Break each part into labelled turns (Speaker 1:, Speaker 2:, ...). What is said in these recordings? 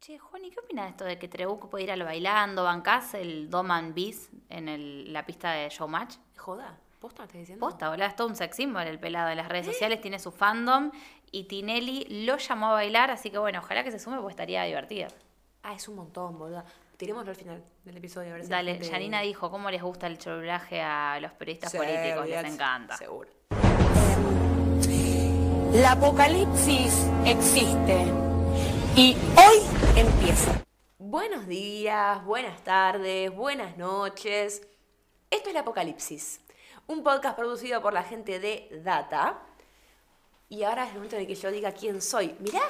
Speaker 1: Che, Juan, ¿y qué opinas de esto de que Trebuco puede ir a lo bailando? ¿Bancás el Doman Beast en el- la pista de Showmatch?
Speaker 2: Joda, ¿posta me estás diciendo?
Speaker 1: Posta, boludo, es todo un sex symbol el pelado en las redes sociales, tiene su fandom y Tinelli lo llamó a bailar, así que bueno, ojalá que se sume porque estaría divertida.
Speaker 2: Ah, es un montón, boluda. Tirémoslo al final del episodio. A ver si la
Speaker 1: Dale,
Speaker 2: gente-
Speaker 1: Janina dijo, ¿cómo les gusta el chorulaje a los periodistas
Speaker 2: Sí,
Speaker 1: políticos?
Speaker 2: olvidate,
Speaker 1: Les encanta.
Speaker 2: Seguro.
Speaker 3: El apocalipsis existe y hoy empieza.
Speaker 2: Buenos días, buenas tardes, buenas noches. Esto es El Apocalipsis, un podcast producido por la gente de Data. Y ahora es el momento en el que yo diga quién soy. Mirá,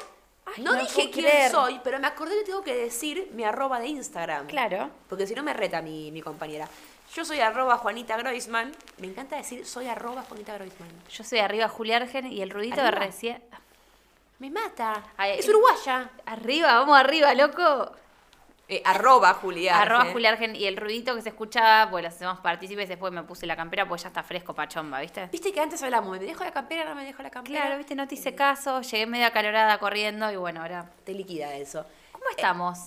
Speaker 2: no,
Speaker 1: no
Speaker 2: dije
Speaker 1: puedo
Speaker 2: quién
Speaker 1: creer.
Speaker 2: soy, pero me acordé que tengo que decir mi arroba de Instagram.
Speaker 1: Claro.
Speaker 2: Porque si no me reta mi, mi compañera. Yo soy arroba Juanita Groisman. Me encanta decir soy arroba Juanita Groisman.
Speaker 1: Yo soy de arriba Julia Argen y el ruidito de
Speaker 2: Arriba.
Speaker 1: recién...
Speaker 2: Me mata.
Speaker 1: Ay,
Speaker 2: es
Speaker 1: eh,
Speaker 2: uruguaya.
Speaker 1: Arriba, vamos arriba, loco.
Speaker 2: Eh, arroba Julia.
Speaker 1: Arroba Julia Argen y el ruidito que se escuchaba, pues los hacemos partícipes, después me puse la campera porque ya está fresco pachomba, ¿viste?
Speaker 2: Viste que antes hablamos, me dejo la campera, no me dejo la campera.
Speaker 1: Claro, viste, no te
Speaker 2: eh,
Speaker 1: hice caso, llegué medio acalorada corriendo y bueno, ahora.
Speaker 2: Te liquida eso.
Speaker 1: ¿Cómo estamos?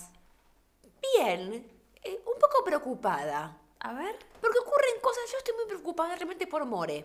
Speaker 2: Bien, eh, un poco preocupada.
Speaker 1: A ver.
Speaker 2: Porque ocurren cosas, yo estoy muy preocupada realmente por More.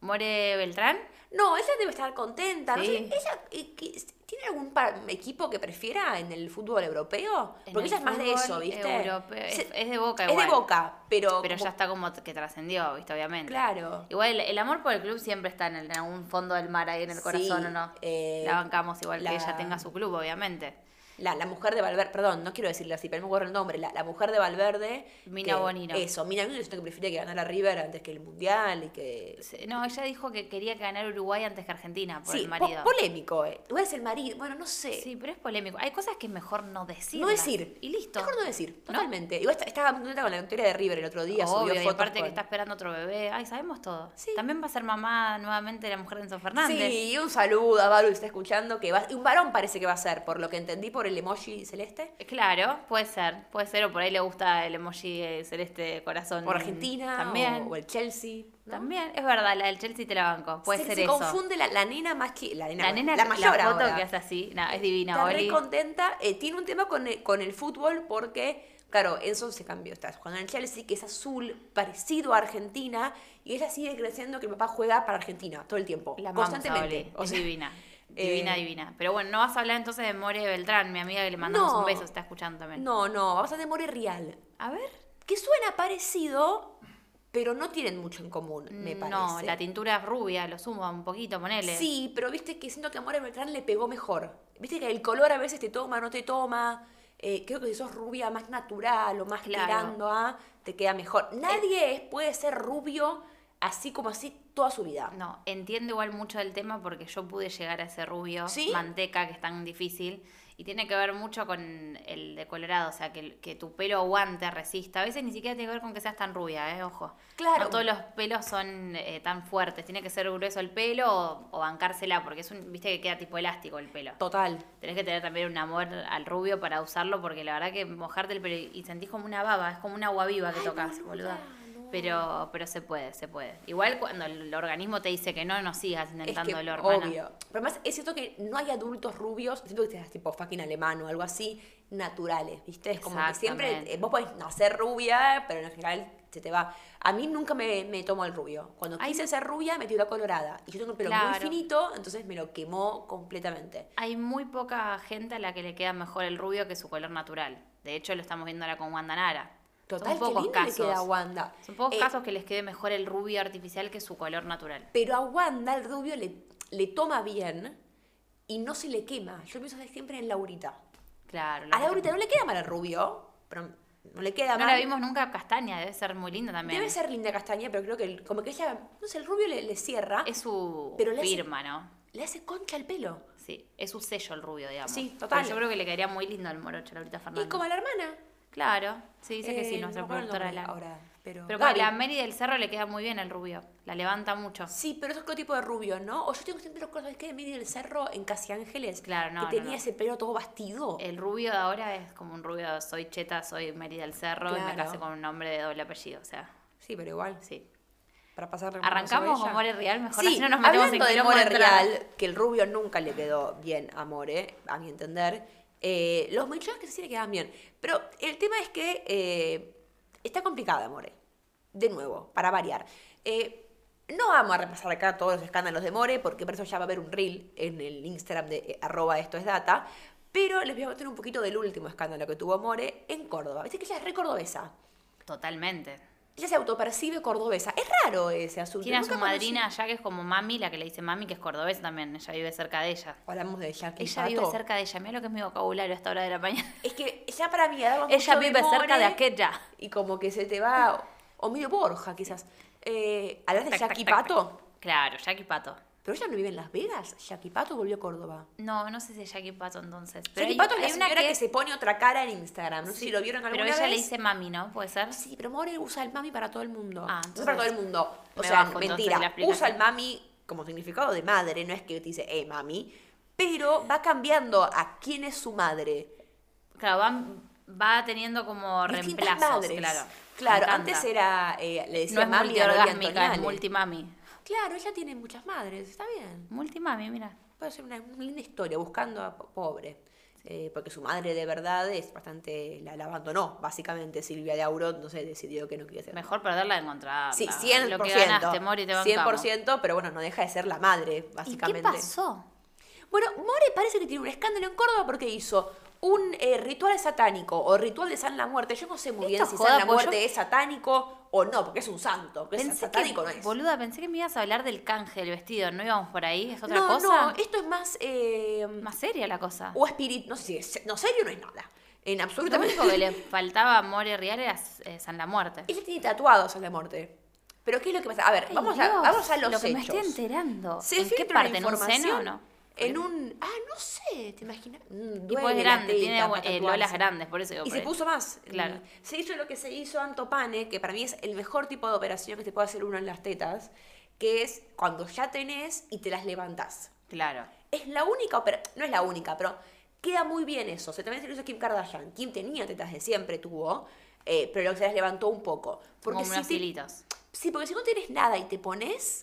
Speaker 1: More Beltrán.
Speaker 2: No, ella debe estar contenta. no
Speaker 1: Sí.
Speaker 2: sé, ella, eh, que- ¿Tiene algún par- equipo que prefiera en el fútbol europeo?
Speaker 1: En
Speaker 2: Porque
Speaker 1: el
Speaker 2: ella es más de eso,
Speaker 1: fútbol
Speaker 2: ¿viste?
Speaker 1: europeo, es-
Speaker 2: Se-
Speaker 1: es de Boca
Speaker 2: Es de
Speaker 1: igual.
Speaker 2: boca, pero.
Speaker 1: Pero
Speaker 2: como-
Speaker 1: ya está como que trascendió, viste, obviamente.
Speaker 2: Claro.
Speaker 1: Igual el, el amor por el club siempre está en, el- en algún fondo del mar ahí en el
Speaker 2: Sí,
Speaker 1: corazón, ¿o no?
Speaker 2: eh,
Speaker 1: la bancamos igual
Speaker 2: la-
Speaker 1: que ella tenga su club, obviamente.
Speaker 2: La, la mujer de Valverde, perdón, no quiero decirle así, pero no me acuerdo el nombre. La, la mujer de Valverde.
Speaker 1: Mina
Speaker 2: que-
Speaker 1: Bonino.
Speaker 2: Eso, Mina Bonino, yo siento que prefiere que ganara River antes que el Mundial y que.
Speaker 1: Se- No, ella dijo que quería que ganara Uruguay antes que Argentina por
Speaker 2: sí,
Speaker 1: el
Speaker 2: po-
Speaker 1: marido.
Speaker 2: polémico, ¿eh? Igual es el marido. Bueno, no sé.
Speaker 1: Sí, pero es polémico. Hay cosas que es mejor no decir.
Speaker 2: no decir.
Speaker 1: Y listo.
Speaker 2: Mejor no decir, totalmente. Igual est- estaba muy contenta con la victoria de River el otro día.
Speaker 1: Obvio,
Speaker 2: subió
Speaker 1: y
Speaker 2: fotos
Speaker 1: aparte que
Speaker 2: con-
Speaker 1: está esperando otro bebé. Ay, sabemos todo.
Speaker 2: Sí.
Speaker 1: También va a ser mamá nuevamente la mujer de Enzo Fernández.
Speaker 2: Sí, un saludo a Baru, que está escuchando. que va- Un varón parece que va a ser, por lo que entendí por el emoji celeste.
Speaker 1: Claro, puede ser. Puede ser, o por ahí le gusta el emoji eh, celeste corazón.
Speaker 2: Por Argentina,
Speaker 1: También.
Speaker 2: O, o el Chelsea. ¿no?
Speaker 1: También, es verdad, la del Chelsea te la banco. Puede
Speaker 2: se,
Speaker 1: ser
Speaker 2: se
Speaker 1: eso.
Speaker 2: confunde la, la nena más que. La nena,
Speaker 1: La nena,
Speaker 2: la mayor
Speaker 1: foto
Speaker 2: ahora.
Speaker 1: que hace así, no, es divina,
Speaker 2: Está re
Speaker 1: Oli.
Speaker 2: contenta. Eh, tiene un tema con el, con el fútbol porque, claro, Enzo se cambió. Está jugando en el Chelsea, que es azul, parecido a Argentina. Y ella sigue creciendo que el papá juega para Argentina todo el tiempo.
Speaker 1: La amamos a
Speaker 2: constantemente.
Speaker 1: Oli,
Speaker 2: O
Speaker 1: es
Speaker 2: sea,
Speaker 1: divina.
Speaker 2: eh,
Speaker 1: Divina, divina. Pero bueno, no vas a hablar entonces de More Beltrán, mi amiga que le mandamos
Speaker 2: No.
Speaker 1: un beso, está escuchando también.
Speaker 2: No, no, vamos a demorar real.
Speaker 1: A ver.
Speaker 2: Que suena parecido, pero no tienen mucho en común, me parece.
Speaker 1: No, la tintura rubia, lo sumo un poquito, ponele.
Speaker 2: Sí, pero viste que siento que Amor Beltrán le pegó mejor. Viste que el color a veces te toma, no te toma. Eh, creo que si sos rubia más natural o más
Speaker 1: Claro.
Speaker 2: tirando a, te queda mejor. Nadie es- puede ser rubio así como así toda su vida.
Speaker 1: No, entiendo igual mucho del tema porque yo pude llegar a ese rubio
Speaker 2: ¿Sí?
Speaker 1: manteca que es tan difícil y tiene que ver mucho con el de Colorado, o sea, que, el- que tu pelo aguante, resista. A veces ni siquiera tiene que ver con que seas tan rubia, ¿eh? Ojo.
Speaker 2: Claro.
Speaker 1: No todos los pelos son eh, tan fuertes, tiene que ser grueso el pelo o, o bancársela porque es un, viste que queda tipo elástico el pelo.
Speaker 2: Total.
Speaker 1: Tenés que tener también un amor al rubio para usarlo, porque la verdad que mojarte el pelo y sentís como una baba, es como un agua viva que tocas, boluda. Pero, pero se puede, se puede. Igual cuando el organismo te dice que no, no sigas
Speaker 2: Es
Speaker 1: intentándolo,
Speaker 2: que,
Speaker 1: hermana.
Speaker 2: obvio. Pero además es cierto que no hay adultos rubios, siento que seas tipo fucking alemán o algo así, naturales, ¿viste? Es como que siempre
Speaker 1: Exactamente.
Speaker 2: eh, vos podés nacer rubia, pero en general se te va. A mí nunca me, me tomó el rubio. Cuando
Speaker 1: Ay,
Speaker 2: quise
Speaker 1: no.
Speaker 2: ser rubia me tiró la colorada. Y yo tengo el pelo muy
Speaker 1: Claro.
Speaker 2: finito, entonces me lo quemó completamente.
Speaker 1: Hay muy poca gente a la que le queda mejor el rubio que su color natural. De hecho, lo estamos viendo ahora con Wanda Nara. Son
Speaker 2: Total, qué
Speaker 1: pocos
Speaker 2: lindo
Speaker 1: casos.
Speaker 2: le queda a Wanda.
Speaker 1: Son pocos
Speaker 2: Eh,
Speaker 1: casos que les quede mejor el rubio artificial que su color natural.
Speaker 2: Pero a Wanda el rubio le, le toma bien y no se le quema. Yo pienso siempre en Laurita.
Speaker 1: Claro.
Speaker 2: A
Speaker 1: la-
Speaker 2: Laurita no le queda mal el rubio, pero no le queda
Speaker 1: no
Speaker 2: mal.
Speaker 1: la vimos nunca castaña, debe ser muy linda también.
Speaker 2: Debe ser linda castaña, pero creo que el- como que ella, no sé, el rubio le, le cierra,
Speaker 1: Es su
Speaker 2: Pero le hace-
Speaker 1: firma, ¿no?
Speaker 2: le hace concha al pelo.
Speaker 1: Sí, es su sello el rubio, digamos.
Speaker 2: Sí, total.
Speaker 1: Pero yo creo que le quedaría muy lindo al morocho a Laurita Fernández.
Speaker 2: Y como a la hermana.
Speaker 1: Claro, sí, dice que
Speaker 2: Eh,
Speaker 1: sí, nuestra
Speaker 2: no me acuerdo el
Speaker 1: productora.
Speaker 2: nombre
Speaker 1: la-
Speaker 2: ahora, pero,
Speaker 1: Pero
Speaker 2: Gaby.
Speaker 1: con la Mary del Cerro le queda muy bien el rubio. La levanta mucho.
Speaker 2: Sí, pero eso es otro tipo de rubio, ¿no? O yo tengo siempre los cosas que de Miri del Cerro en Casi Ángeles.
Speaker 1: Claro, no,
Speaker 2: Que
Speaker 1: no,
Speaker 2: tenía
Speaker 1: no. Eh.
Speaker 2: ese pelo todo bastido.
Speaker 1: El rubio de ahora es como un rubio, soy cheta, soy Mary del Cerro y me
Speaker 2: Claro.
Speaker 1: casé con un hombre de doble apellido, o sea,
Speaker 2: Sí, pero igual.
Speaker 1: sí.
Speaker 2: Para pasar
Speaker 1: Arrancamos con More Real, mejor
Speaker 2: Sí,
Speaker 1: así no nos metemos
Speaker 2: hablando
Speaker 1: en
Speaker 2: de
Speaker 1: quilombo
Speaker 2: More
Speaker 1: de entrada.
Speaker 2: Real, que el rubio nunca le quedó bien a More, a mi entender. Eh, los mechones que se hacían quedaban bien. Pero el tema es que eh, está complicada, More. De nuevo, para variar. Eh, no vamos a repasar acá todos los escándalos de More, porque para eso ya va a haber un reel en el Instagram de eh, arroba esto es data. Pero les voy a contar un poquito del último escándalo que tuvo More en Córdoba. Viste que ella es re cordobesa.
Speaker 1: Totalmente.
Speaker 2: Ella se autopercibe cordobesa. Es raro ese asunto.
Speaker 1: Tiene a
Speaker 2: Nunca
Speaker 1: su
Speaker 2: conocí-
Speaker 1: madrina allá que es como mami, la que le dice mami, que es cordobesa también. Ella vive cerca de ella.
Speaker 2: Hablamos de Jackie
Speaker 1: Ella vive
Speaker 2: Pato.
Speaker 1: cerca de ella. Mira lo que es mi vocabulario a esta hora de la mañana.
Speaker 2: Es que ya para mí hablamos
Speaker 1: Ella
Speaker 2: mucho de
Speaker 1: vive cerca de
Speaker 2: More.
Speaker 1: aquella.
Speaker 2: Y como que se te va. O medio Borja, quizás. Eh, ¿Hablas de
Speaker 1: Tac, tac,
Speaker 2: Jackie
Speaker 1: tac, tac.
Speaker 2: Pato?
Speaker 1: Claro, Jackie Pato.
Speaker 2: Pero ella no vive en Las Vegas. Jackie Pato volvió a Córdoba.
Speaker 1: No, no sé si es Jackie Pato entonces. Pero
Speaker 2: Jackie
Speaker 1: hay-
Speaker 2: Pato es la
Speaker 1: hay una
Speaker 2: señora que... se pone otra cara en Instagram. No sé si lo vieron alguna
Speaker 1: Pero ella
Speaker 2: vez.
Speaker 1: le dice mami, ¿no? ¿Puede ser?
Speaker 2: Sí, pero More usa el mami para todo el mundo.
Speaker 1: Ah,
Speaker 2: no para todo
Speaker 1: entonces
Speaker 2: el mundo. O
Speaker 1: me
Speaker 2: sea,
Speaker 1: bajo entonces la
Speaker 2: mentira.
Speaker 1: explicación.
Speaker 2: Usa el mami como significado de madre. No es que te dice, eh, mami. Pero va cambiando a quién es su madre.
Speaker 1: Claro, va, va teniendo como
Speaker 2: Distintas
Speaker 1: reemplazos,
Speaker 2: madres.
Speaker 1: claro.
Speaker 2: Claro,
Speaker 1: Me
Speaker 2: antes
Speaker 1: encanta.
Speaker 2: era, eh, le
Speaker 1: No
Speaker 2: decía
Speaker 1: es
Speaker 2: mami a María
Speaker 1: multiorgásmica, es
Speaker 2: Antoniale.
Speaker 1: multimami.
Speaker 2: Claro, ella tiene muchas madres, está bien.
Speaker 1: Multimami, mira.
Speaker 2: Puede ser una, una linda historia, buscando a po- pobre. Eh, porque su madre de verdad es bastante. La, la abandonó, básicamente. Silvia de Auro, no sé, decidió que no quería ser.
Speaker 1: Mejor perderla de encontrarla.
Speaker 2: Sí, 100%.
Speaker 1: Lo que ganaste, Mori, te bancamos.
Speaker 2: 100%, pero bueno, no deja de ser la madre,
Speaker 1: ¿Y qué
Speaker 2: básicamente.
Speaker 1: pasó?
Speaker 2: Bueno, More parece que tiene un escándalo en Córdoba porque hizo un eh, ritual satánico o ritual de San la Muerte. Yo no sé muy bien
Speaker 1: Esto
Speaker 2: si
Speaker 1: joda,
Speaker 2: San la
Speaker 1: porque
Speaker 2: Muerte
Speaker 1: yo-
Speaker 2: es satánico o no, porque es un santo. Que es satánico
Speaker 1: que,
Speaker 2: no es.
Speaker 1: Boluda, pensé que me ibas a hablar del canje, el vestido. ¿No íbamos por ahí? ¿Es otra
Speaker 2: no,
Speaker 1: cosa?
Speaker 2: no, esto es más. eh,
Speaker 1: Más seria la cosa.
Speaker 2: o espíritu. No sé si es. No, serio no es nada. En
Speaker 1: Lo
Speaker 2: absolutamente.
Speaker 1: único que le faltaba a More Real era eh, San La Muerte.
Speaker 2: Ella tiene tatuados San la Muerte. Pero ¿qué es lo que pasa? A ver,
Speaker 1: Ay,
Speaker 2: vamos, a,
Speaker 1: Dios,
Speaker 2: vamos a los
Speaker 1: Lo que
Speaker 2: hechos.
Speaker 1: me estoy enterando.
Speaker 2: Se
Speaker 1: ¿En qué
Speaker 2: filtra una
Speaker 1: parte? ¿En un seno o
Speaker 2: información
Speaker 1: no?
Speaker 2: En un. Ah, no sé, ¿te imaginas? Mm,
Speaker 1: Tipo es
Speaker 2: duele la
Speaker 1: grande, tiene
Speaker 2: teta para
Speaker 1: eh,
Speaker 2: tatuarse.
Speaker 1: lolas grandes, por eso digo,
Speaker 2: Y
Speaker 1: por
Speaker 2: se
Speaker 1: ahí.
Speaker 2: puso más.
Speaker 1: Claro.
Speaker 2: Mm. Se hizo lo que se hizo Anto Pane, que para mí es el mejor tipo de operación que te puede hacer uno en las tetas, que es cuando ya tenés y te las levantás.
Speaker 1: Claro.
Speaker 2: Es la única opera- no es la única, pero queda muy bien eso. Se también se lo hizo Kim Kardashian. Kim tenía tetas de siempre, tuvo, eh, pero lo que se las levantó un poco. Porque
Speaker 1: Como
Speaker 2: si
Speaker 1: unos
Speaker 2: te-
Speaker 1: hilitos.
Speaker 2: sí, porque si no tenés nada y te pones,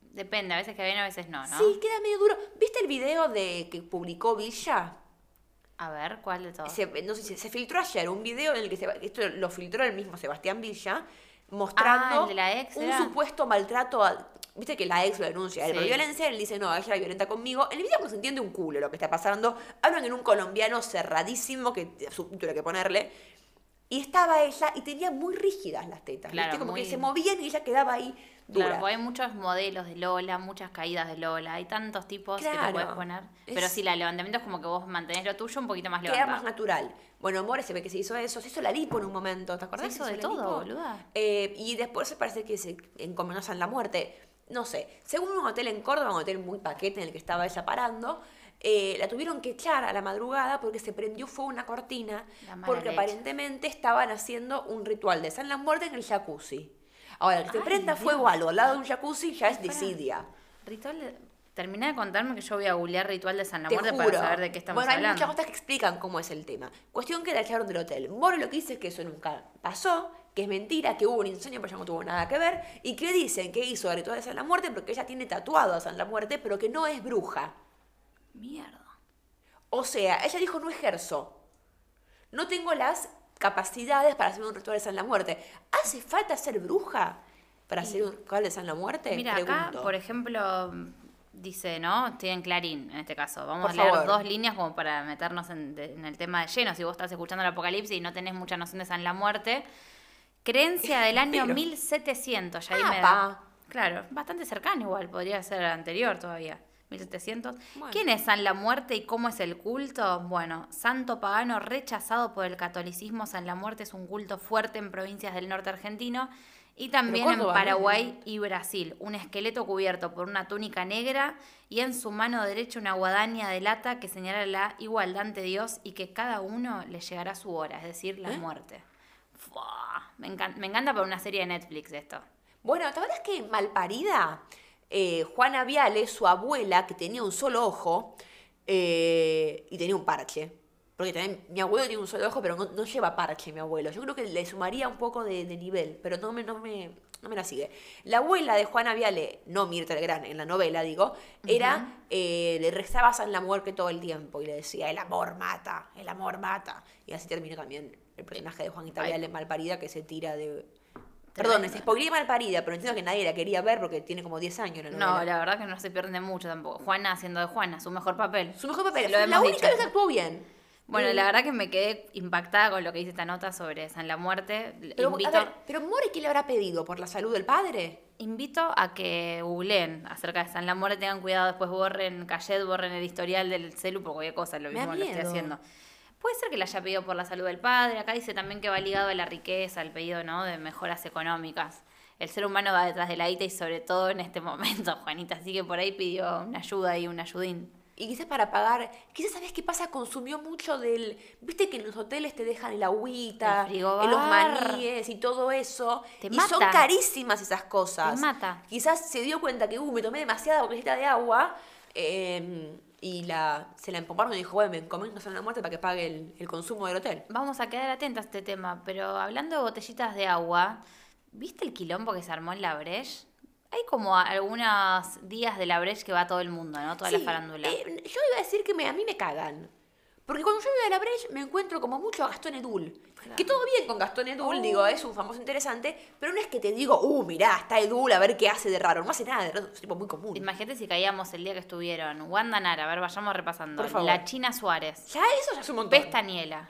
Speaker 1: Depende, a veces que bien, a veces no, ¿no?
Speaker 2: sí, queda medio duro. ¿Viste el video de que publicó Villa?
Speaker 1: A ver, ¿cuál de todos?
Speaker 2: se, eh, no sé, se- se filtró ayer un video en el que se, esto lo filtró el mismo Sebastián Villa mostrando
Speaker 1: Ah, el de la ex,
Speaker 2: un
Speaker 1: era.
Speaker 2: supuesto maltrato a- viste que la ex lo denuncia él por
Speaker 1: Sí.
Speaker 2: violencia él dice no ella era violenta conmigo en el video no se entiende un culo lo que está pasando hablan en un colombiano cerradísimo que subtítulo que ponerle y estaba ella y tenía muy rígidas las tetas
Speaker 1: Claro,
Speaker 2: ¿viste? como
Speaker 1: muy-
Speaker 2: que se movían y ella quedaba ahí dura
Speaker 1: Claro, porque hay muchos modelos de Lola, muchas caídas de Lola, hay tantos tipos que te
Speaker 2: Claro.
Speaker 1: puedes poner.
Speaker 2: Es-
Speaker 1: Pero sí, la levantamiento es como que vos mantenés lo tuyo un poquito más
Speaker 2: Queda más
Speaker 1: levantado.
Speaker 2: natural. Bueno, More se ve que se hizo eso, se hizo la lipo en un momento, ¿te acordás?
Speaker 1: Se hizo
Speaker 2: que
Speaker 1: de
Speaker 2: la
Speaker 1: todo,
Speaker 2: lipo?
Speaker 1: boluda.
Speaker 2: Eh, y después se parece que se encomendó a San la Muerte. No sé, según un hotel en Córdoba, un hotel muy paquete en el que estaba ella parando, eh, la tuvieron que echar a la madrugada porque se prendió fuego una cortina,
Speaker 1: La mala
Speaker 2: porque
Speaker 1: leche.
Speaker 2: aparentemente estaban haciendo un ritual de San la Muerte en el jacuzzi. Ahora, que te
Speaker 1: Ay,
Speaker 2: prenda
Speaker 1: Dios.
Speaker 2: fuego algo al lado de un jacuzzi ya es
Speaker 1: Pará.
Speaker 2: desidia.
Speaker 1: Ritual de... Terminá de contarme que yo voy a googlear ritual de San la
Speaker 2: Te
Speaker 1: Muerte
Speaker 2: juro.
Speaker 1: para saber de qué estamos
Speaker 2: bueno, hay
Speaker 1: hablando.
Speaker 2: muchas cosas que explican cómo es el tema. Cuestión que la echaron del hotel. Moro lo que dice es que eso nunca pasó, que es mentira, que hubo un incendio, pero ya no tuvo nada que ver. Y que dicen que hizo el ritual de San la Muerte porque ella tiene tatuado a San la Muerte, pero que no es bruja.
Speaker 1: Mierda.
Speaker 2: O sea, ella dijo, no ejerzo. No tengo las capacidades para hacer un ritual de San la Muerte. ¿Hace falta ser bruja para hacer un ritual de San la Muerte?
Speaker 1: Mira, acá,
Speaker 2: Pregunto.
Speaker 1: por ejemplo, dice, ¿no? Estoy en Clarín, en este caso. Vamos
Speaker 2: Por
Speaker 1: a leer
Speaker 2: favor.
Speaker 1: dos líneas como para meternos en, de- en el tema de lleno. Si vos estás escuchando el apocalipsis y no tenés mucha noción de San la Muerte. Creencia del año
Speaker 2: Pero-
Speaker 1: 1700, ya ahí
Speaker 2: Ah,
Speaker 1: me-
Speaker 2: pa.
Speaker 1: Claro, bastante cercano igual, podría ser anterior todavía. 1700.
Speaker 2: Bueno.
Speaker 1: ¿Quién es San la Muerte y cómo es el culto? Bueno, santo pagano rechazado por el catolicismo, San la Muerte es un culto fuerte en provincias del norte argentino y también en
Speaker 2: Córdoba, ¿no?
Speaker 1: Paraguay y Brasil. Un esqueleto cubierto por una túnica negra y en su mano derecha una guadaña de lata que señala la igualdad ante Dios y que cada uno le llegará su hora, es decir,
Speaker 2: ¿Eh?
Speaker 1: la muerte. Fua, Me, encanta, me encanta para una serie de Netflix esto.
Speaker 2: Bueno, ¿te acuerdas que en Malparida, eh, Juana Viale, su abuela, que tenía un solo ojo eh, y tenía un parche, Porque también mi abuelo tiene un solo ojo, pero no, no lleva parche mi abuelo. Yo creo que le sumaría un poco de, de nivel, pero no me, no, me, no me la sigue. La abuela de Juana Viale, no Mirta Legrand, en la novela digo, era, eh, le rezabas a la muerte todo el tiempo y le decía, el amor mata, el amor mata. Y así terminó también el personaje de Juanita
Speaker 1: Ay.
Speaker 2: Viale malparida que se tira de... Perdón, es spoileé malparida, pero entiendo que nadie la quería ver porque tiene como 10 años la novela.
Speaker 1: No, la verdad que no se pierde mucho tampoco. Juana haciendo de Juana, su mejor papel.
Speaker 2: Su mejor papel,
Speaker 1: Se lo
Speaker 2: fue la
Speaker 1: hemos
Speaker 2: única
Speaker 1: dicho.
Speaker 2: vez que actuó bien.
Speaker 1: Bueno,
Speaker 2: Mm.
Speaker 1: la verdad que me quedé impactada con lo que dice esta nota sobre San la Muerte.
Speaker 2: Pero,
Speaker 1: invito,
Speaker 2: a ver, pero More, ¿qué le habrá pedido? ¿Por la salud del padre?
Speaker 1: invito a que googleen acerca de San la Muerte, tengan cuidado, después borren Cayet, borren el historial del celu por cualquier cosa, lo
Speaker 2: Me da
Speaker 1: mismo lo estoy
Speaker 2: miedo.
Speaker 1: haciendo. Puede ser que la haya pedido por la salud del padre, acá dice también que va ligado a la riqueza, el pedido ¿no? de mejoras económicas. El ser humano va detrás de la ITA y sobre todo en este momento, Juanita, así que por ahí pidió una ayuda y un ayudín.
Speaker 2: Y quizás para pagar, quizás sabes qué pasa, consumió mucho del, viste que en los hoteles te dejan el agüita,
Speaker 1: El
Speaker 2: en
Speaker 1: frigobar.
Speaker 2: los maníes y todo eso,
Speaker 1: Te
Speaker 2: y
Speaker 1: mata.
Speaker 2: son carísimas esas cosas.
Speaker 1: Te mata.
Speaker 2: Quizás se dio cuenta que, uh, me tomé demasiada botellita de agua eh, y la, se la empomaron y dijo, bueno, me encomiendo a la muerte para que pague el, el consumo del hotel.
Speaker 1: Vamos a quedar atentas a este tema, pero hablando de botellitas de agua, ¿viste el quilombo que se armó en la Breche? Hay como a- algunos días de la Breche que va todo el mundo, ¿no? Toda la
Speaker 2: Sí,
Speaker 1: farándula.
Speaker 2: eh, yo iba a decir que me- a mí me cagan. Porque cuando yo voy a la Breche me encuentro como mucho a Gastón Edul. Que todo bien con Gastón Edul,
Speaker 1: Oh.
Speaker 2: digo, es un famoso interesante, pero no es que te digo, uh, mirá, está Edul, a ver qué hace de raro. No hace nada de raro, es un tipo muy común.
Speaker 1: Imagínate si caíamos el día que estuvieron. Wanda Nara, a ver, vayamos repasando.
Speaker 2: Por favor.
Speaker 1: La China Suárez.
Speaker 2: Ya eso ya es un montón.
Speaker 1: Pestaniela.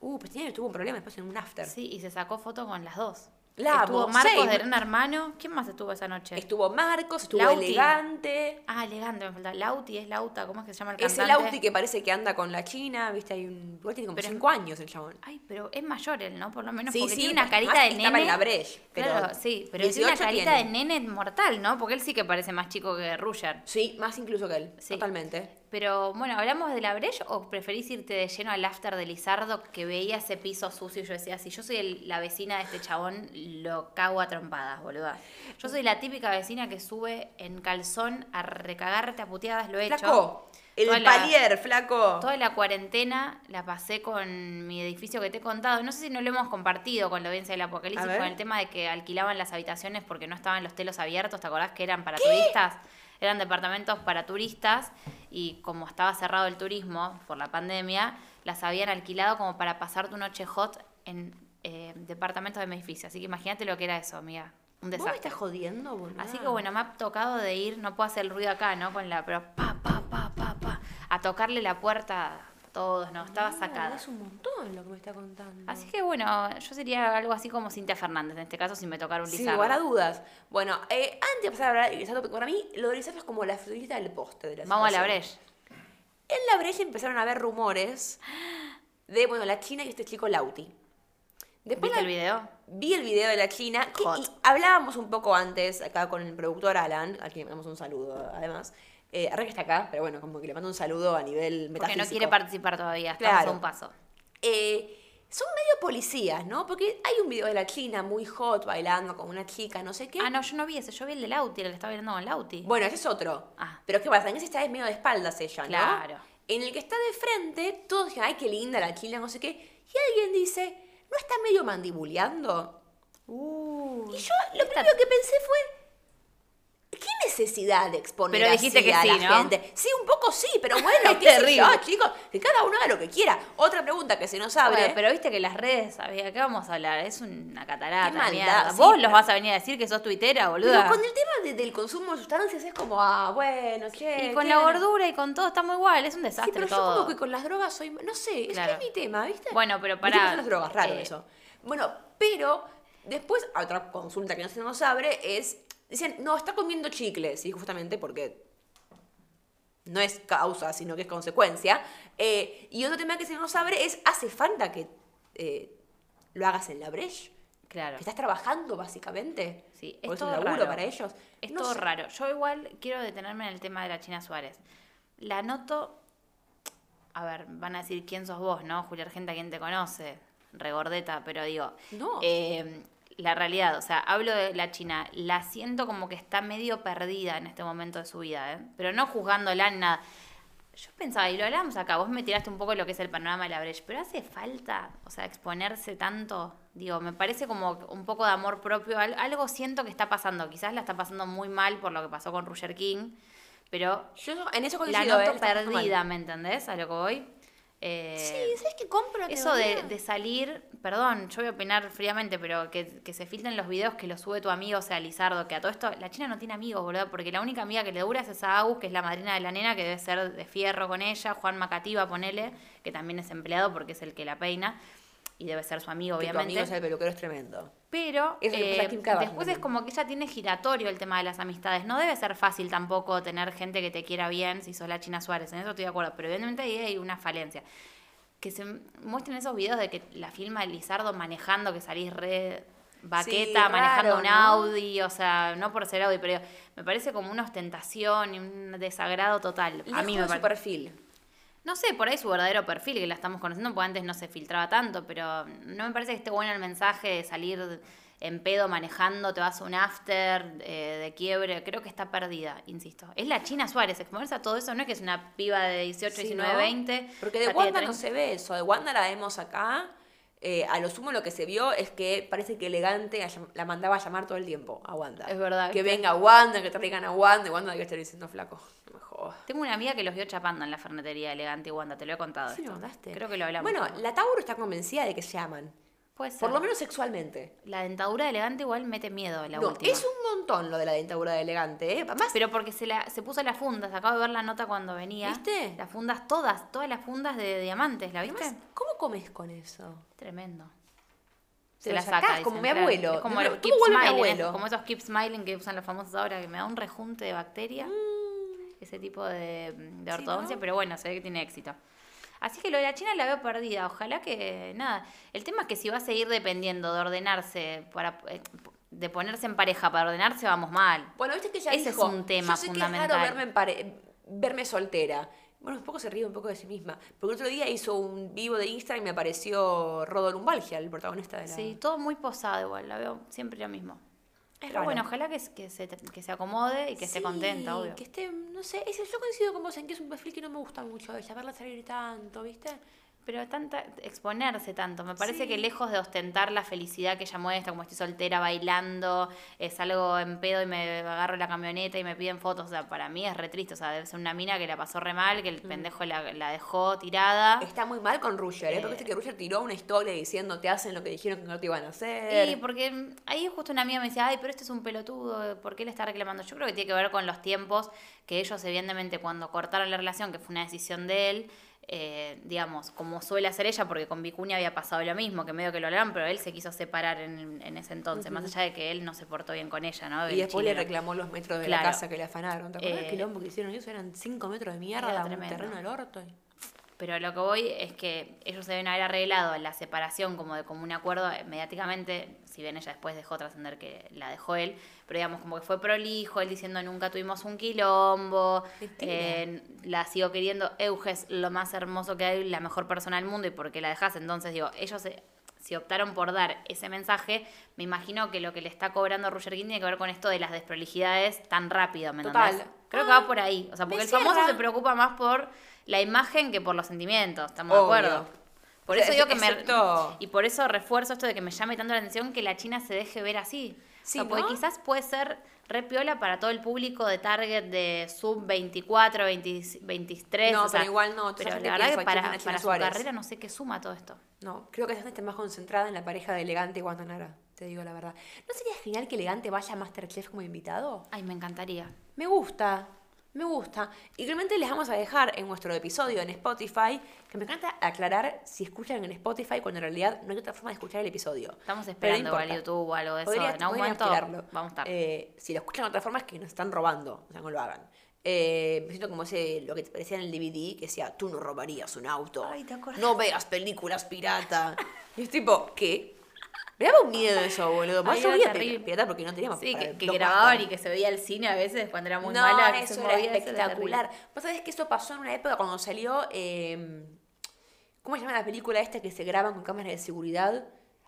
Speaker 2: Uh, Pestañero tuvo un problema después en un after.
Speaker 1: Sí, y se sacó foto con las dos.
Speaker 2: La
Speaker 1: estuvo
Speaker 2: amo,
Speaker 1: Marcos
Speaker 2: same.
Speaker 1: de Gran Hermano. ¿Quién más estuvo esa noche?
Speaker 2: Estuvo Marcos, estuvo
Speaker 1: Lauti.
Speaker 2: elegante.
Speaker 1: Ah, elegante, me falta. Lauti, es Lauta, ¿cómo es que se llama el
Speaker 2: Es
Speaker 1: cantante?
Speaker 2: el Auti que parece que anda con la China, viste, hay un... Igual tiene como
Speaker 1: Pero es-
Speaker 2: 5 años el chabón.
Speaker 1: Ay, pero es mayor él, ¿no? Por lo menos
Speaker 2: Sí,
Speaker 1: porque
Speaker 2: sí,
Speaker 1: tiene una
Speaker 2: porque
Speaker 1: carita
Speaker 2: además
Speaker 1: de nene.
Speaker 2: estaba en la Breche, pero
Speaker 1: claro, sí, pero tiene una
Speaker 2: 18
Speaker 1: carita
Speaker 2: tiene.
Speaker 1: de nene mortal, ¿no? Porque él sí que parece más chico que Ruger.
Speaker 2: Sí, más incluso que él,
Speaker 1: Sí.
Speaker 2: totalmente.
Speaker 1: Pero bueno, ¿hablamos de la Breche o preferís irte de lleno al after de Lizardo que veía ese piso sucio y yo decía, si yo soy el- la vecina de este chabón, lo cago a trompadas, boluda? Yo soy la típica vecina que sube en calzón a recagarte a puteadas, lo he hecho.
Speaker 2: Flaco,
Speaker 1: Toda
Speaker 2: el
Speaker 1: la-
Speaker 2: palier, flaco.
Speaker 1: Toda la cuarentena la pasé con mi edificio que te he contado. No sé si no lo hemos compartido con la audiencia del
Speaker 2: A
Speaker 1: apocalipsis,
Speaker 2: ver.
Speaker 1: con el tema de que alquilaban las habitaciones porque no estaban los telos abiertos. ¿Te acordás que eran para turistas? Eran departamentos para turistas y como estaba cerrado el turismo por la pandemia, las habían alquilado como para pasar tu noche hot en eh, departamentos de mi edificio. Así que imagínate lo que era eso, amiga. Un
Speaker 2: ¿Vos me
Speaker 1: desastre.
Speaker 2: estás jodiendo, boludo?
Speaker 1: Así que bueno, me ha tocado de ir, no puedo hacer el ruido acá, ¿no? Con la, pero pa, pa, pa, pa, pa, a tocarle la puerta a todos, ¿no? Estaba sacada.
Speaker 2: Ah, Es un montón lo que me está contando.
Speaker 1: Así que bueno, yo sería algo así como Cintia Fernández, en este caso, si me tocara un
Speaker 2: Sin
Speaker 1: lizardo.
Speaker 2: lugar a dudas. Bueno, eh, antes de pasar a hablar de Lizardo, para mí lo de Lizardo es como la frutita del poste de la
Speaker 1: Vamos a la
Speaker 2: situación.
Speaker 1: Breche.
Speaker 2: En la brecha empezaron a haber rumores de, bueno, la China y este chico Lauti. Después
Speaker 1: ¿Viste el
Speaker 2: la-
Speaker 1: video?
Speaker 2: Vi el video de la China. que-
Speaker 1: Hot.
Speaker 2: y hablábamos un poco antes acá con el productor Alan, a quien le mandamos un saludo además. Eh, Arre que está acá, pero bueno, como que le mando un saludo a nivel
Speaker 1: Porque
Speaker 2: metafísico.
Speaker 1: no quiere participar todavía, estamos
Speaker 2: Claro.
Speaker 1: a un paso.
Speaker 2: Eh, son medio policías, ¿no? Porque hay un video de la China muy hot bailando con una chica, no sé qué.
Speaker 1: Ah, no, yo no vi ese, yo vi el de Lauti, el que estaba viendo con Lauti.
Speaker 2: Bueno, ese es otro.
Speaker 1: Ah.
Speaker 2: Pero ¿qué pasa? En ese está es medio de espaldas ella, ¿no?
Speaker 1: Claro.
Speaker 2: En el que está de frente, todos dicen, ay, qué linda la China, no sé qué. Y alguien dice, ¿no está medio mandibuleando? Y yo lo
Speaker 1: Uh, Esta-
Speaker 2: primero que pensé fue, ¿qué necesidad de exponer
Speaker 1: Pero dijiste
Speaker 2: así
Speaker 1: que
Speaker 2: a
Speaker 1: sí,
Speaker 2: la
Speaker 1: ¿no?
Speaker 2: gente? Sí, un poco sí, pero bueno, qué sé
Speaker 1: Terrible.
Speaker 2: yo, chicos, que cada uno haga lo que quiera. Otra pregunta que se nos abre.
Speaker 1: Bueno, Ah, pero viste que las redes, amiga, ¿qué vamos a hablar? Es una catarata,
Speaker 2: Qué maldad,
Speaker 1: mierda.
Speaker 2: sí,
Speaker 1: Vos
Speaker 2: pero-
Speaker 1: los vas a venir a decir que sos tuitera, boluda.
Speaker 2: Pero con el tema de- del consumo de sustancias es como, ah, bueno, che.
Speaker 1: Y con
Speaker 2: ¿qué?
Speaker 1: la gordura y con todo estamos igual, es un
Speaker 2: Sí,
Speaker 1: desastre
Speaker 2: pero
Speaker 1: todo.
Speaker 2: yo como que con las drogas soy. No sé, ese
Speaker 1: Claro.
Speaker 2: es mi tema, ¿viste?
Speaker 1: Bueno, pero
Speaker 2: Mi
Speaker 1: pará,
Speaker 2: tema son las drogas, raro
Speaker 1: eh,
Speaker 2: eso. Bueno, pero después, otra consulta que no se nos abre es. Dicen, no, está comiendo chicles, y justamente porque. No es causa, sino que es consecuencia. Eh, y otro tema que se nos abre es: ¿hace falta que eh, lo hagas en la brecha?
Speaker 1: Claro.
Speaker 2: Que estás trabajando, básicamente.
Speaker 1: Sí,
Speaker 2: ¿O
Speaker 1: es
Speaker 2: es un
Speaker 1: todo
Speaker 2: laburo
Speaker 1: raro.
Speaker 2: para ellos.
Speaker 1: Es
Speaker 2: No
Speaker 1: todo
Speaker 2: sé.
Speaker 1: raro. Yo igual quiero detenerme en el tema de la China Suárez. La noto. A ver, van a decir quién sos vos, ¿no? Julia Argenta, ¿quién te conoce? Regordeta, pero digo.
Speaker 2: No.
Speaker 1: eh, la realidad, o sea, hablo de la China. La siento como que está medio perdida en este momento de su vida, ¿eh? Pero no juzgándola en nada. Yo pensaba, y lo hablábamos acá, vos me tiraste un poco lo que es el panorama de la brecha, pero hace falta, o sea, exponerse tanto. Digo, me parece como un poco de amor propio. Al- Algo siento que está pasando. Quizás la está pasando muy mal por lo que pasó con Roger King, pero
Speaker 2: Yo en eso
Speaker 1: la
Speaker 2: coincido.
Speaker 1: noto
Speaker 2: ¿eh? Está bastante mal.
Speaker 1: perdida, ¿me entendés? A lo que voy. Eh,
Speaker 4: Sí, ¿sabes qué compro?
Speaker 1: Eso de,
Speaker 4: teoría?
Speaker 1: de salir, perdón, yo voy a opinar fríamente, pero que, que se filtren los videos que los sube tu amigo, o sea, Lizardo, que a todo esto, la china no tiene amigos, boludo, porque la única amiga que le dura es esa Agus, que es la madrina de la nena, que debe ser de fierro con ella, Juan Macativa, ponele, que también es empleado porque es el que la peina, y debe ser su amigo,
Speaker 2: Que tu
Speaker 1: obviamente.
Speaker 2: amigo sea el peluquero es tremendo.
Speaker 1: Pero eh,
Speaker 2: Eso le pasa a Kim Kardashian
Speaker 1: después es
Speaker 2: también.
Speaker 1: como que ella tiene giratorio el tema de las amistades. No debe ser fácil tampoco tener gente que te quiera bien si sos la China Suárez. En eso estoy de acuerdo. Pero evidentemente ahí hay una falencia. Que se muestren esos videos de que la filma Lizardo manejando, que salís re baqueta,
Speaker 2: raro,
Speaker 1: manejando un
Speaker 2: ¿no?
Speaker 1: Audi. O sea, no por ser Audi, pero me parece como una ostentación y un desagrado total. a mí me
Speaker 2: parece.
Speaker 1: parece.
Speaker 2: su perfil.
Speaker 1: No sé, por ahí su verdadero perfil, que la estamos conociendo, porque antes no se filtraba tanto, pero no me parece que esté bueno el mensaje de salir en pedo manejando, te vas a un after eh, de quiebre. Creo que está perdida, insisto. Es la China Suárez, exponerse a todo eso, no es que es una piba de 18,
Speaker 2: Sí,
Speaker 1: 19,
Speaker 2: ¿no?
Speaker 1: 20.
Speaker 2: Porque de
Speaker 1: ya tiene
Speaker 2: Wanda no
Speaker 1: 30.
Speaker 2: se ve eso. De Wanda la vemos acá. eh, a lo sumo lo que se vio es que parece que elegante la llam- la mandaba a llamar todo el tiempo a Wanda.
Speaker 1: Es verdad,
Speaker 2: Que
Speaker 1: ¿viste?
Speaker 2: venga Wanda, que traigan a Wanda. Y Wanda debe estar diciendo flaco. No me jodas.
Speaker 1: Tengo una amiga que los vio chapando en la fernetería elegante y Wanda, te lo he contado.
Speaker 2: Sí,
Speaker 1: esto.
Speaker 2: lo mandaste.
Speaker 1: Creo que lo hablamos.
Speaker 2: Bueno, la Tauro está convencida de que se aman.
Speaker 1: Puede ser.
Speaker 2: Por lo menos sexualmente.
Speaker 1: La dentadura de elegante igual mete miedo la
Speaker 2: no,
Speaker 1: última.
Speaker 2: es un montón lo de la dentadura de elegante, ¿eh? Más
Speaker 1: Pero porque se, la, se puso las fundas, acabo de ver la nota cuando venía.
Speaker 2: ¿Viste?
Speaker 1: Las fundas todas, todas las fundas de diamantes, ¿la viste?
Speaker 2: Además, ¿cómo comes con eso?
Speaker 1: Tremendo.
Speaker 2: Te lo sacás,
Speaker 1: dicen,
Speaker 2: como mi
Speaker 1: claro.
Speaker 2: abuelo.
Speaker 1: Es como
Speaker 2: No,
Speaker 1: los
Speaker 2: ¿cómo
Speaker 1: keep
Speaker 2: vuelve mi
Speaker 1: smiling,
Speaker 2: abuelo?
Speaker 1: es como esos keep smiling que usan los famosos ahora, que me da un rejunte de bacteria. Ese tipo de, de ortodoncia,
Speaker 2: Mm. ¿no?
Speaker 1: pero bueno, se ve que tiene éxito. Así que lo de la China la veo perdida. Ojalá que nada. El tema es que si va a seguir dependiendo de ordenarse, para eh, de ponerse en pareja para ordenarse, vamos mal.
Speaker 2: Bueno, viste que ya
Speaker 1: Ese es
Speaker 2: dijo,
Speaker 1: un tema
Speaker 2: yo sé Que es
Speaker 1: fundamental.
Speaker 2: raro verme, en pare- verme soltera. Bueno, un poco se ríe un poco de sí misma. Porque otro día hizo un vivo de Instagram y me apareció Rodo Lumbalgia, el protagonista de la...
Speaker 1: Sí, todo muy posado igual, la veo siempre lo mismo.
Speaker 2: Es
Speaker 1: Pero bueno,
Speaker 2: raro.
Speaker 1: ojalá que, se- que se, que se acomode y que esté
Speaker 2: Sí,
Speaker 1: contenta, obvio.
Speaker 2: Que esté, no sé, es- yo coincido con vos en que es un perfil que no me gusta mucho, de saberla salir tanto, ¿viste?
Speaker 1: Pero tanta, exponerse tanto, me parece
Speaker 2: Sí.
Speaker 1: que lejos de ostentar la felicidad que ella muestra, como estoy soltera bailando, eh, salgo en pedo y me agarro la camioneta y me piden fotos, o sea, para mí es re triste, o sea, debe ser una mina que la pasó re mal, que el
Speaker 2: Mm.
Speaker 1: pendejo la, la dejó tirada.
Speaker 2: Está muy mal con Ruger, ¿eh? Porque
Speaker 1: Ah. Eh.
Speaker 2: viste que Ruger tiró una historia diciendo te hacen lo que dijeron que no te iban a hacer.
Speaker 1: Y porque mm, ahí justo una amiga me decía, ay, pero este es un pelotudo, ¿por qué le está reclamando? Yo creo que tiene que ver con los tiempos que ellos, evidentemente, cuando cortaron la relación, que fue una decisión de él, eh, digamos, como suele hacer ella, porque con Vicuña había pasado lo mismo, que medio que lo hablaron, pero él se quiso separar en, en ese entonces, más allá de que él no se portó bien con ella, ¿no?
Speaker 2: Y
Speaker 1: El
Speaker 2: después le
Speaker 1: chileno.
Speaker 2: reclamó los metros de la
Speaker 1: Claro.
Speaker 2: casa que le afanaron. ¿Te acuerdas
Speaker 1: Eh,
Speaker 2: el quilombo que hicieron ellos? Eran 5 metros de mierda,
Speaker 1: era
Speaker 2: un
Speaker 1: tremendo.
Speaker 2: terreno del orto. y-
Speaker 1: Pero lo que voy es que ellos se deben haber arreglado la separación como de común acuerdo eh, mediáticamente, si bien ella después dejó trascender que la dejó él, pero digamos como que fue prolijo, él diciendo nunca tuvimos un quilombo,
Speaker 2: Mentira.
Speaker 1: eh, la sigo queriendo, Euge es lo más hermoso que hay, la mejor persona del mundo y porque la dejas, entonces digo, ellos eh, si optaron por dar ese mensaje, me imagino que lo que le está cobrando Roger King tiene que ver con esto de las desprolijidades tan rápido, ¿me
Speaker 2: Total.
Speaker 1: entendés? Creo que
Speaker 2: Ah,
Speaker 1: va por ahí, o sea,
Speaker 2: me
Speaker 1: porque el
Speaker 2: cierra.
Speaker 1: famoso se preocupa más por la imagen que por los sentimientos, estamos
Speaker 2: Obvio.
Speaker 1: de acuerdo. Por
Speaker 2: O sea,
Speaker 1: eso digo que
Speaker 2: excepto-
Speaker 1: me y por eso refuerzo esto de que me llame tanto la atención que la China se deje ver así.
Speaker 2: Sí,
Speaker 1: o sea, porque
Speaker 2: ¿no?
Speaker 1: quizás puede ser re piola para todo el público de target de sub 24, 20 23,
Speaker 2: No,
Speaker 1: o sea,
Speaker 2: pero igual no,
Speaker 1: Pero
Speaker 2: ya
Speaker 1: la verdad
Speaker 2: te pienso
Speaker 1: que
Speaker 2: aquí en
Speaker 1: para,
Speaker 2: China
Speaker 1: para su
Speaker 2: Suárez.
Speaker 1: carrera no sé qué suma todo esto.
Speaker 2: No, creo que Sandra está más concentrada en la pareja de Elegante y Guantanara, te digo la verdad. ¿No sería genial que Elegante vaya a Masterchef como invitado?
Speaker 1: Ay, me encantaría.
Speaker 2: Me gusta, me gusta. Igualmente les vamos a dejar en nuestro episodio en Spotify, que me encanta aclarar si escuchan en Spotify cuando en realidad no hay otra forma de escuchar el episodio.
Speaker 1: Estamos
Speaker 2: Pero no
Speaker 1: esperando
Speaker 2: importa.
Speaker 1: igual YouTube o algo de eso,
Speaker 2: Podría-
Speaker 1: en algún
Speaker 2: podrían
Speaker 1: momento
Speaker 2: alquilarlo.
Speaker 1: vamos a estar.
Speaker 2: Eh, si lo escuchan de otra forma es que nos están robando, o sea, no lo hagan. Eh, me siento como ese, lo que te parecía en el DVD, que decía, tú no robarías un auto,
Speaker 1: Ay, ¿te acordás?
Speaker 2: no veas películas pirata. y es tipo, ¿qué? Me daba un miedo eso, boludo. Más
Speaker 1: Ay,
Speaker 2: yo
Speaker 1: era
Speaker 2: veía
Speaker 1: terrible.
Speaker 2: pe- pirata porque no teníamos
Speaker 1: Sí,
Speaker 2: para
Speaker 1: que, que
Speaker 2: blockbuster.
Speaker 1: grababan y que se veía el cine a veces cuando era muy
Speaker 2: no,
Speaker 1: mala. que se
Speaker 2: eso
Speaker 1: movía,
Speaker 2: era
Speaker 1: eso terrible.
Speaker 2: espectacular. Vos sabés que eso pasó en una época cuando salió, eh, ¿cómo se llama la película esta que se graban con cámaras de seguridad?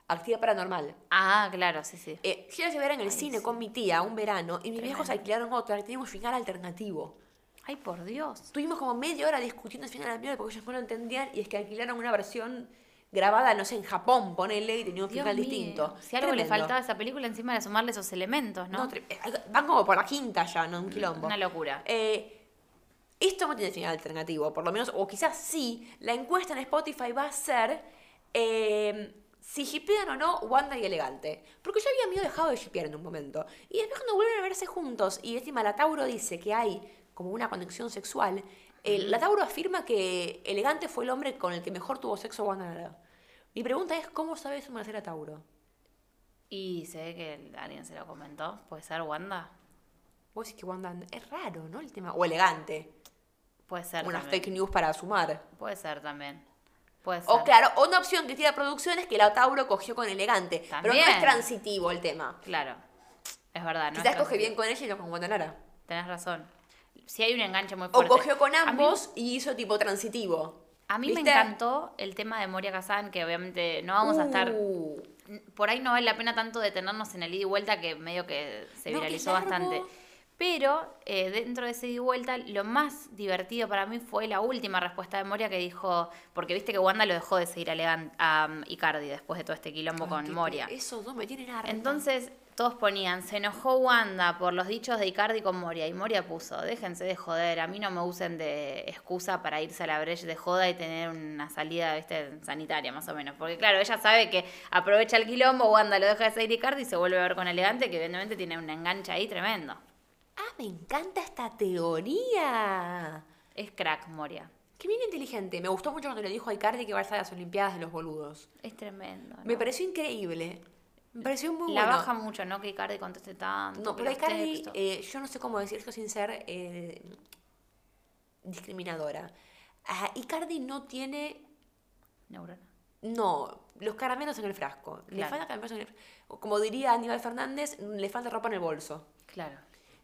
Speaker 2: Actividad Paranormal.
Speaker 1: Ah, claro, sí, sí.
Speaker 2: Eh, yo la llevé a ver en el cine con mi tía un verano y mis viejos alquilaron otra que tenía un final alternativo.
Speaker 1: Ay, por Dios.
Speaker 2: Estuvimos como media hora discutiendo al final de la mierda porque ellos no lo entendían y es que alquilaron una versión grabada, no sé, en Japón, ponele, y tenía un
Speaker 1: Dios
Speaker 2: final
Speaker 1: mío.
Speaker 2: distinto.
Speaker 1: Si algo le
Speaker 2: Tremendo.
Speaker 1: faltaba a esa película, encima era sumarle esos elementos, ¿no? Mm,
Speaker 2: No, tre- eh, van como por la quinta ya, ¿no? Un quilombo.
Speaker 1: Una locura.
Speaker 2: Eh, esto no tiene final alternativo, por lo menos, o quizás sí. La encuesta en Spotify va a ser eh, si hipean o no Wanda y Elegante. Porque yo había medio dejado de hipear en un momento. Y después cuando vuelven a verse juntos, y encima la Tauro dice que hay como una conexión sexual, eh, la Tauro afirma que Elegante fue el hombre con el que mejor tuvo sexo Wanda. Mi pregunta es, ¿cómo sabe eso Marcela Tauro?
Speaker 1: Y se ve que alguien se lo comentó. Puede ser Wanda.
Speaker 2: Vos decís que Wanda es raro, ¿no? El tema. O elegante.
Speaker 1: Puede ser.
Speaker 2: Unas
Speaker 1: también.
Speaker 2: fake news para sumar.
Speaker 1: Puede ser también. Puede ser.
Speaker 2: O claro, una opción que tiene la producción es que la Tauro cogió con elegante. Pero no
Speaker 1: También.
Speaker 2: es transitivo el tema.
Speaker 1: Claro. Es verdad, ¿no?
Speaker 2: Quizás
Speaker 1: Es
Speaker 2: coge
Speaker 1: transitivo.
Speaker 2: bien con ella y no con Guantanara.
Speaker 1: Tenés razón. Si hay un enganche muy
Speaker 2: O
Speaker 1: fuerte.
Speaker 2: cogió con
Speaker 1: A mí-
Speaker 2: ambos y hizo tipo transitivo.
Speaker 1: A mí, me
Speaker 2: ¿Viste?
Speaker 1: encantó el tema de Moria Kazan, que obviamente no vamos a estar.
Speaker 2: Uh,
Speaker 1: Por ahí no vale la pena tanto detenernos en el ida y vuelta, que medio que se
Speaker 2: No, que
Speaker 1: viralizó
Speaker 2: es largo.
Speaker 1: bastante. Pero eh, dentro de ese ida y vuelta, lo más divertido para mí fue la última respuesta de Moria que dijo. Porque viste que Wanda lo dejó de seguir a, Legan- a um, Icardi después de todo este quilombo
Speaker 2: ay,
Speaker 1: con
Speaker 2: qué-
Speaker 1: Moria.
Speaker 2: Esos dos me tienen harta.
Speaker 1: Entonces todos ponían, se enojó Wanda por los dichos de Icardi con Moria. Y Moria puso, déjense de joder, a mí no me usen de excusa para irse a la brecha de joda y tener una salida ¿viste? sanitaria, más o menos. Porque claro, ella sabe que aprovecha el quilombo, Wanda lo deja de seguir Icardi y se vuelve a ver con Elegante, que evidentemente tiene una engancha ahí tremendo.
Speaker 2: Ah, me encanta esta teoría.
Speaker 1: Es crack, Moria.
Speaker 2: Qué bien inteligente. Me gustó mucho cuando le dijo a Icardi que va a estar a las Olimpiadas de los boludos.
Speaker 1: Es tremendo. ¿no?
Speaker 2: Me pareció increíble. Me pareció muy
Speaker 1: La
Speaker 2: bueno.
Speaker 1: baja mucho, ¿no? Que Icardi conteste tanto.
Speaker 2: No,
Speaker 1: que
Speaker 2: pero
Speaker 1: los
Speaker 2: Icardi,
Speaker 1: textos.
Speaker 2: eh, yo no sé cómo decir esto sin ser eh, discriminadora. Ah, Icardi no tiene,
Speaker 1: Neurona.
Speaker 2: no, los caramelos en el frasco. Le
Speaker 1: Claro.
Speaker 2: falta caramelos en el frasco. Como diría Aníbal Fernández, le falta ropa en el bolso.
Speaker 1: Claro.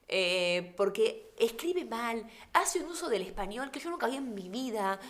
Speaker 2: Eh, porque escribe mal, hace un uso del español que yo nunca vi en mi vida,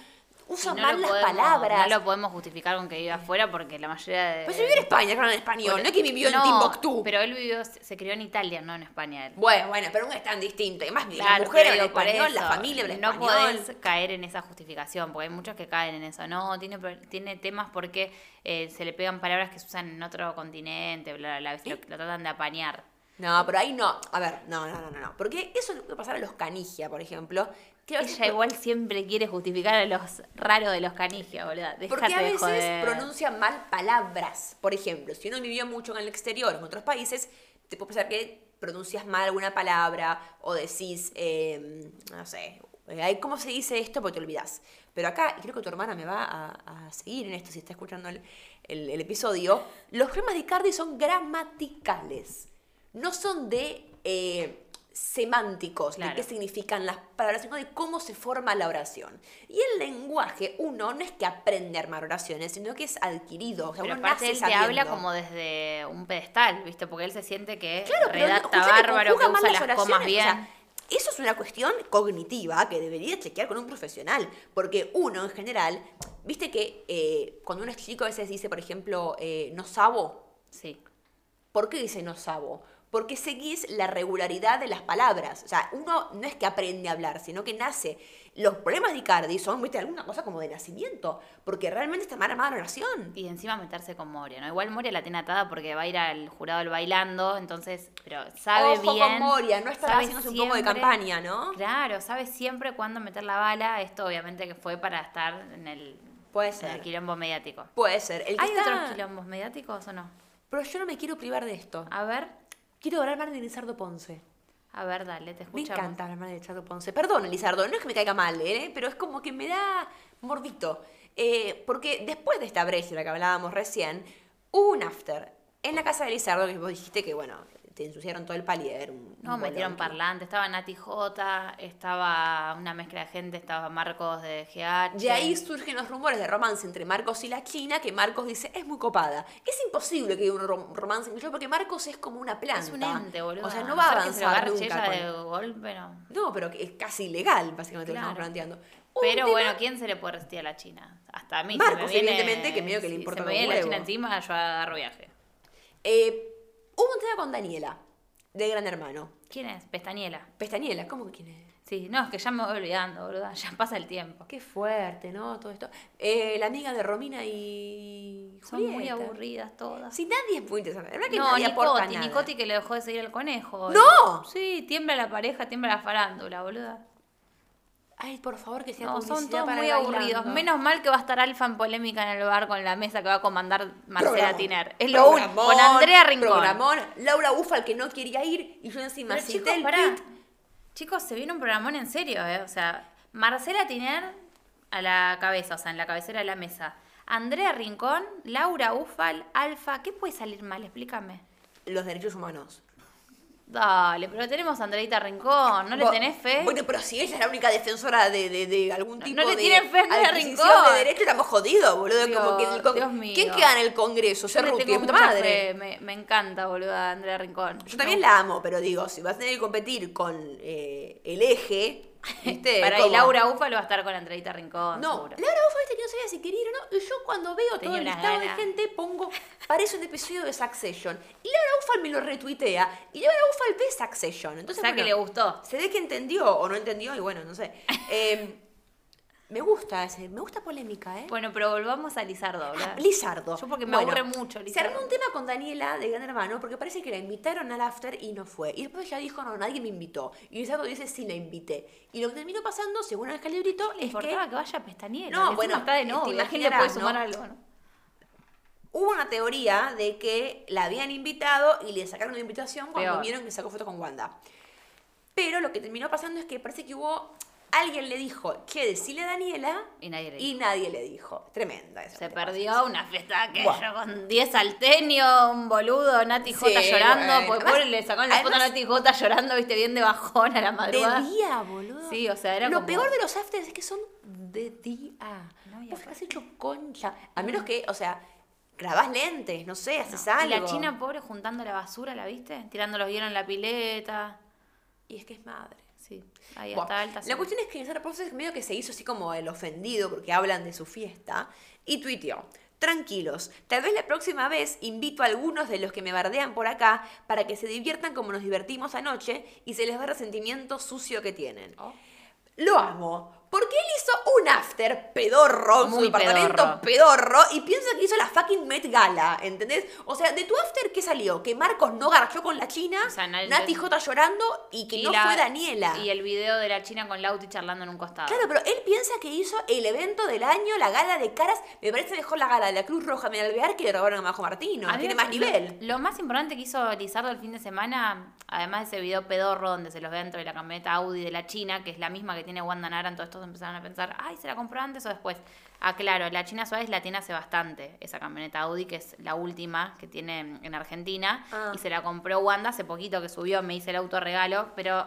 Speaker 2: usa
Speaker 1: Y no
Speaker 2: mal
Speaker 1: lo
Speaker 2: las
Speaker 1: podemos-
Speaker 2: palabras.
Speaker 1: No lo podemos justificar con que viva afuera porque la mayoría de.
Speaker 2: Pero yo viví en España, no en español,
Speaker 1: Por-
Speaker 2: no es que vivió
Speaker 1: No,
Speaker 2: en Timbuktu.
Speaker 1: Pero él vivió, se se crió en Italia, no en España. Él.
Speaker 2: Bueno, bueno, pero no es tan distinto. Y más,
Speaker 1: Claro,
Speaker 2: las mujeres
Speaker 1: pero
Speaker 2: hablan
Speaker 1: digo, por
Speaker 2: español,
Speaker 1: eso,
Speaker 2: la familia habla
Speaker 1: No
Speaker 2: español.
Speaker 1: podés caer en esa justificación, porque hay muchos que caen en eso. No, tiene, pro- tiene temas porque eh, se le pegan palabras que se usan en otro continente, bla, bla, bla,
Speaker 2: ¿Eh?
Speaker 1: ¿viste? Lo, lo tratan de apañar.
Speaker 2: No, pero ahí no. A ver, no, no, no, no, no. Porque eso le puede pasar a los canigia, por ejemplo. Que a veces-
Speaker 1: Ella igual siempre quiere justificar a los raros de los canigias, boludo.
Speaker 2: porque a
Speaker 1: Dejate de
Speaker 2: veces
Speaker 1: joder.
Speaker 2: pronuncian mal palabras. Por ejemplo, si uno vivió mucho en el exterior, en otros países, te puede pasar que pronuncias mal alguna palabra o decís, eh, no sé, eh, ay, ¿cómo se dice esto? Porque te olvidás. Pero acá, y creo que tu hermana me va a, a seguir en esto si está escuchando el, el- el episodio, los problemas de Icardi son gramaticales. No son de... eh, semánticos, de
Speaker 1: Claro.
Speaker 2: qué significan las palabras, sino de cómo se forma la oración. Y el lenguaje, uno no es que aprende a armar oraciones, sino que es adquirido. O sea,
Speaker 1: Pero
Speaker 2: uno
Speaker 1: aparte
Speaker 2: nace
Speaker 1: él te habla
Speaker 2: sabiendo.
Speaker 1: como desde un pedestal, ¿viste? Porque él se siente que
Speaker 2: Claro, pero
Speaker 1: redacta
Speaker 2: escuchá, le
Speaker 1: bárbaro, que
Speaker 2: conjuga mal
Speaker 1: usa las comas
Speaker 2: oraciones, o
Speaker 1: bien.
Speaker 2: sea, eso es una cuestión cognitiva que debería chequear con un profesional, porque uno en general, viste que eh, cuando uno es chico a veces dice, por ejemplo, eh, no sabo,
Speaker 1: sí.
Speaker 2: ¿Por qué dice no sabo? Porque seguís la regularidad de las palabras. O sea, uno no es que aprende a hablar, sino que nace. Los problemas de Icardi son, viste, alguna cosa como de nacimiento, porque realmente está mal armada la oración.
Speaker 1: Y encima meterse con Moria, ¿no? Igual Moria la tiene atada porque va a ir al jurado del bailando, entonces, pero sabe
Speaker 2: Ojo
Speaker 1: bien.
Speaker 2: con Moria, no estará
Speaker 1: sabe
Speaker 2: haciéndose un poco de
Speaker 1: siempre-
Speaker 2: campaña, ¿no?
Speaker 1: Claro, sabe siempre cuándo meter la bala. Esto obviamente que fue para estar en el,
Speaker 2: Puede
Speaker 1: en el
Speaker 2: ser.
Speaker 1: quilombo mediático.
Speaker 2: Puede ser. El que
Speaker 1: ¿Hay
Speaker 2: está-
Speaker 1: otros quilombos mediáticos o no?
Speaker 2: Pero yo no me quiero privar de esto.
Speaker 1: A ver,
Speaker 2: Quiero hablar más de Lizardo Ponce.
Speaker 1: a ver, dale, te
Speaker 2: Me
Speaker 1: escuchamos.
Speaker 2: encanta hablar mal de Lizardo Ponce. Perdón, Lizardo, no es que me caiga mal, ¿eh? pero es como que me da morbito. Eh, porque después de esta brecha de la que hablábamos recién, hubo un after en la casa de Lizardo que vos dijiste que, bueno, te ensuciaron todo el palier. Un,
Speaker 1: No,
Speaker 2: un
Speaker 1: metieron
Speaker 2: bolonqui.
Speaker 1: parlante, estaba Nati J, estaba una mezcla de gente, estaba Marcos de GH.
Speaker 2: De ahí surgen los rumores de romance entre Marcos y la China, que Marcos dice, es muy copada. Es imposible que haya un rom- romance entre ellos, porque Marcos es como una planta.
Speaker 1: es un ente, boludo.
Speaker 2: O sea, no va a
Speaker 1: ser que se lo
Speaker 2: avanzar
Speaker 1: agarre
Speaker 2: nunca
Speaker 1: ella
Speaker 2: con-
Speaker 1: de golpe, no.
Speaker 2: No, pero que es casi ilegal, básicamente, lo que
Speaker 1: Claro.
Speaker 2: estamos planteando. Un
Speaker 1: Pero
Speaker 2: tema-
Speaker 1: bueno, ¿quién se le puede resistir a la China? Hasta a mí. se
Speaker 2: Marcos,
Speaker 1: me viene-
Speaker 2: evidentemente, que medio que le
Speaker 1: si
Speaker 2: importa
Speaker 1: Se me
Speaker 2: un
Speaker 1: viene la
Speaker 2: huevo.
Speaker 1: China encima, yo agarro viaje.
Speaker 2: Eh, hubo un tema con Daniela, de Gran Hermano.
Speaker 1: ¿Quién es? Pestañela.
Speaker 2: Pestañela, ¿cómo que quién es?
Speaker 1: Sí, no, es que ya me voy olvidando, boluda. Ya pasa el tiempo.
Speaker 2: Oh, Qué fuerte, ¿no? Todo esto. Eh, la amiga de Romina y.
Speaker 1: Son muy
Speaker 2: Julieta.
Speaker 1: aburridas todas.
Speaker 2: Si nadie es muy interesante. La verdad que
Speaker 1: no,
Speaker 2: nadie aporta
Speaker 1: Nicoti,
Speaker 2: nada.
Speaker 1: Nicoti que le dejó de seguir al conejo.
Speaker 2: ¡No!
Speaker 1: Sí, tiembla la pareja, tiembla la farándula, boluda.
Speaker 2: Ay, por favor, que sea
Speaker 1: No, son
Speaker 2: publicidad
Speaker 1: todos
Speaker 2: para
Speaker 1: muy
Speaker 2: Bailando.
Speaker 1: aburridos. Menos mal que va a estar Alfa en polémica en el bar con la mesa que va a comandar Marcela
Speaker 2: Programón.
Speaker 1: Tiner. Es lo único. Con
Speaker 2: Programón,
Speaker 1: Andrea Rincón.
Speaker 2: Programón, Laura Ufal que no quería ir y yo encima
Speaker 1: Pero
Speaker 2: cité
Speaker 1: chicos,
Speaker 2: el
Speaker 1: pará.
Speaker 2: tweet.
Speaker 1: Chicos, se viene un programón en serio, ¿eh? O sea, Marcela Tiner a la cabeza, o sea, en la cabecera de la mesa. Andrea Rincón, Laura Ufal, Alfa. ¿Qué puede salir mal? Explícame.
Speaker 2: los derechos humanos.
Speaker 1: Dale, pero tenemos a Andreita Rincón. ¿No le
Speaker 2: Bo-
Speaker 1: tenés fe?
Speaker 2: Bueno, pero si ella es la única defensora de, de- de algún tipo
Speaker 1: no le
Speaker 2: de
Speaker 1: tienen fe a Andrea
Speaker 2: adquisición
Speaker 1: Rincón.
Speaker 2: de derechos, estamos jodidos, boludo. como que el
Speaker 1: Dios,
Speaker 2: con-
Speaker 1: Dios mío.
Speaker 2: ¿Quién queda en el Congreso?
Speaker 1: Yo
Speaker 2: Ser
Speaker 1: le
Speaker 2: Ruti,
Speaker 1: tengo
Speaker 2: de puta
Speaker 1: mucha
Speaker 2: madre.
Speaker 1: fe. Me, me encanta, boluda, Andrea Rincón.
Speaker 2: Yo también la amo, pero digo, si vas a tener que competir con eh, el eje, ¿viste?
Speaker 1: Para
Speaker 2: Como-
Speaker 1: y Laura Ufal va a estar con Andreita Rincón,
Speaker 2: Este, No,
Speaker 1: seguro.
Speaker 2: Laura Ufal viste que no sabía si quería ir o no. Y yo cuando veo todo
Speaker 1: Tenía
Speaker 2: el
Speaker 1: unas
Speaker 2: listado
Speaker 1: ganas.
Speaker 2: de gente, pongo, parece un episodio de Succession. Y Laura Ufal me lo retuitea. Y Laura Ufal ve Succession.
Speaker 1: O
Speaker 2: Entonces,
Speaker 1: sea que
Speaker 2: bueno,
Speaker 1: le gustó.
Speaker 2: Se ve que entendió o no entendió y bueno, no sé. Eh, me gusta ese, me gusta polémica, ¿eh?
Speaker 1: Bueno, pero volvamos a Lizardo,
Speaker 2: Ah,
Speaker 1: ¿verdad?
Speaker 2: Lizardo.
Speaker 1: Yo porque me aburre mucho, Lizardo.
Speaker 2: Se armó un tema con Daniela de Gran Hermano porque parece que la invitaron al after y no fue. Y después ella dijo, no, nadie me invitó. Y Lizardo dice, sí, la invité. Y lo que terminó pasando, según el calibrito,
Speaker 1: Le
Speaker 2: es
Speaker 1: importaba
Speaker 2: que
Speaker 1: que, vaya Pestañero.
Speaker 2: No,
Speaker 1: No,
Speaker 2: bueno,
Speaker 1: bueno, está de
Speaker 2: te
Speaker 1: novio. ¿quién le
Speaker 2: imaginarás,
Speaker 1: puede sumar
Speaker 2: ¿no?
Speaker 1: algo? no?
Speaker 2: hubo una teoría de que la habían invitado y le sacaron una invitación cuando
Speaker 1: Peor.
Speaker 2: vieron que sacó foto con Wanda. Pero lo que terminó pasando es que parece que hubo... Alguien le dijo, che, decile a Daniela.
Speaker 1: Y nadie le
Speaker 2: Y nadie le dijo. Tremenda esa.
Speaker 1: Se
Speaker 2: cosa.
Speaker 1: perdió una fiesta que
Speaker 2: Bueno.
Speaker 1: yo con 10 salteños, un boludo, Nati
Speaker 2: Sí,
Speaker 1: Jota llorando,
Speaker 2: bueno.
Speaker 1: porque
Speaker 2: Además-
Speaker 1: pobre le sacaron la foto a
Speaker 2: además-
Speaker 1: Nati Jota llorando, viste, bien de bajón a la
Speaker 2: De
Speaker 1: madrugada.
Speaker 2: día, boludo.
Speaker 1: Sí, o sea, era
Speaker 2: Lo
Speaker 1: como-
Speaker 2: peor de los afters es que son de día.
Speaker 1: No, y
Speaker 2: Vos
Speaker 1: aparte- Mm.
Speaker 2: has hecho concha. A menos que, o sea, grabás lentes, no sé, haces algo.
Speaker 1: Y la china pobre juntando la basura, ¿la viste? Tirando los hielos en la pileta.
Speaker 2: Y es que es madre.
Speaker 1: Sí, ahí
Speaker 2: Bueno,
Speaker 1: está alta.
Speaker 2: la cuestión es que Sara Ponce medio que se hizo así como el ofendido porque hablan de su fiesta y tuiteó. Tranquilos, tal vez la próxima vez invito a algunos de los que me bardean por acá para que se diviertan como nos divertimos anoche y se les va el resentimiento sucio que tienen.
Speaker 1: Oh.
Speaker 2: Lo amo, porque él hizo un after pedorro en su
Speaker 1: Muy
Speaker 2: departamento pedorro.
Speaker 1: pedorro.
Speaker 2: y piensa que hizo la fucking Met Gala, ¿entendés? O sea, de tu after, ¿qué salió? Que Marcos no garchó con la China,
Speaker 1: O sea, nadie-
Speaker 2: Nati J llorando y que
Speaker 1: Y
Speaker 2: no
Speaker 1: la-
Speaker 2: fue Daniela.
Speaker 1: Y el video de la china con Lauti charlando en un costado.
Speaker 2: Claro, pero él piensa que hizo el evento del año, la gala de caras. Me parece mejor la gala de la Cruz Roja en Alvear que le robaron a Majo Martino.
Speaker 1: A mí
Speaker 2: Tiene
Speaker 1: me-
Speaker 2: más nivel.
Speaker 1: Lo, lo más importante que hizo Lizardo el fin de semana, además de ese video pedorro donde se los ve dentro de la camioneta Audi de la China, que es la misma que tiene Wanda Nara, entonces todos empezaron a pensar, ay, ¿se la compró antes o después? Ah, claro, la China Suárez la tiene hace bastante, esa camioneta Audi, que es la última que tiene en Argentina,
Speaker 2: Ah.
Speaker 1: y se la compró Wanda hace poquito que subió, me hice el autorregalo, pero...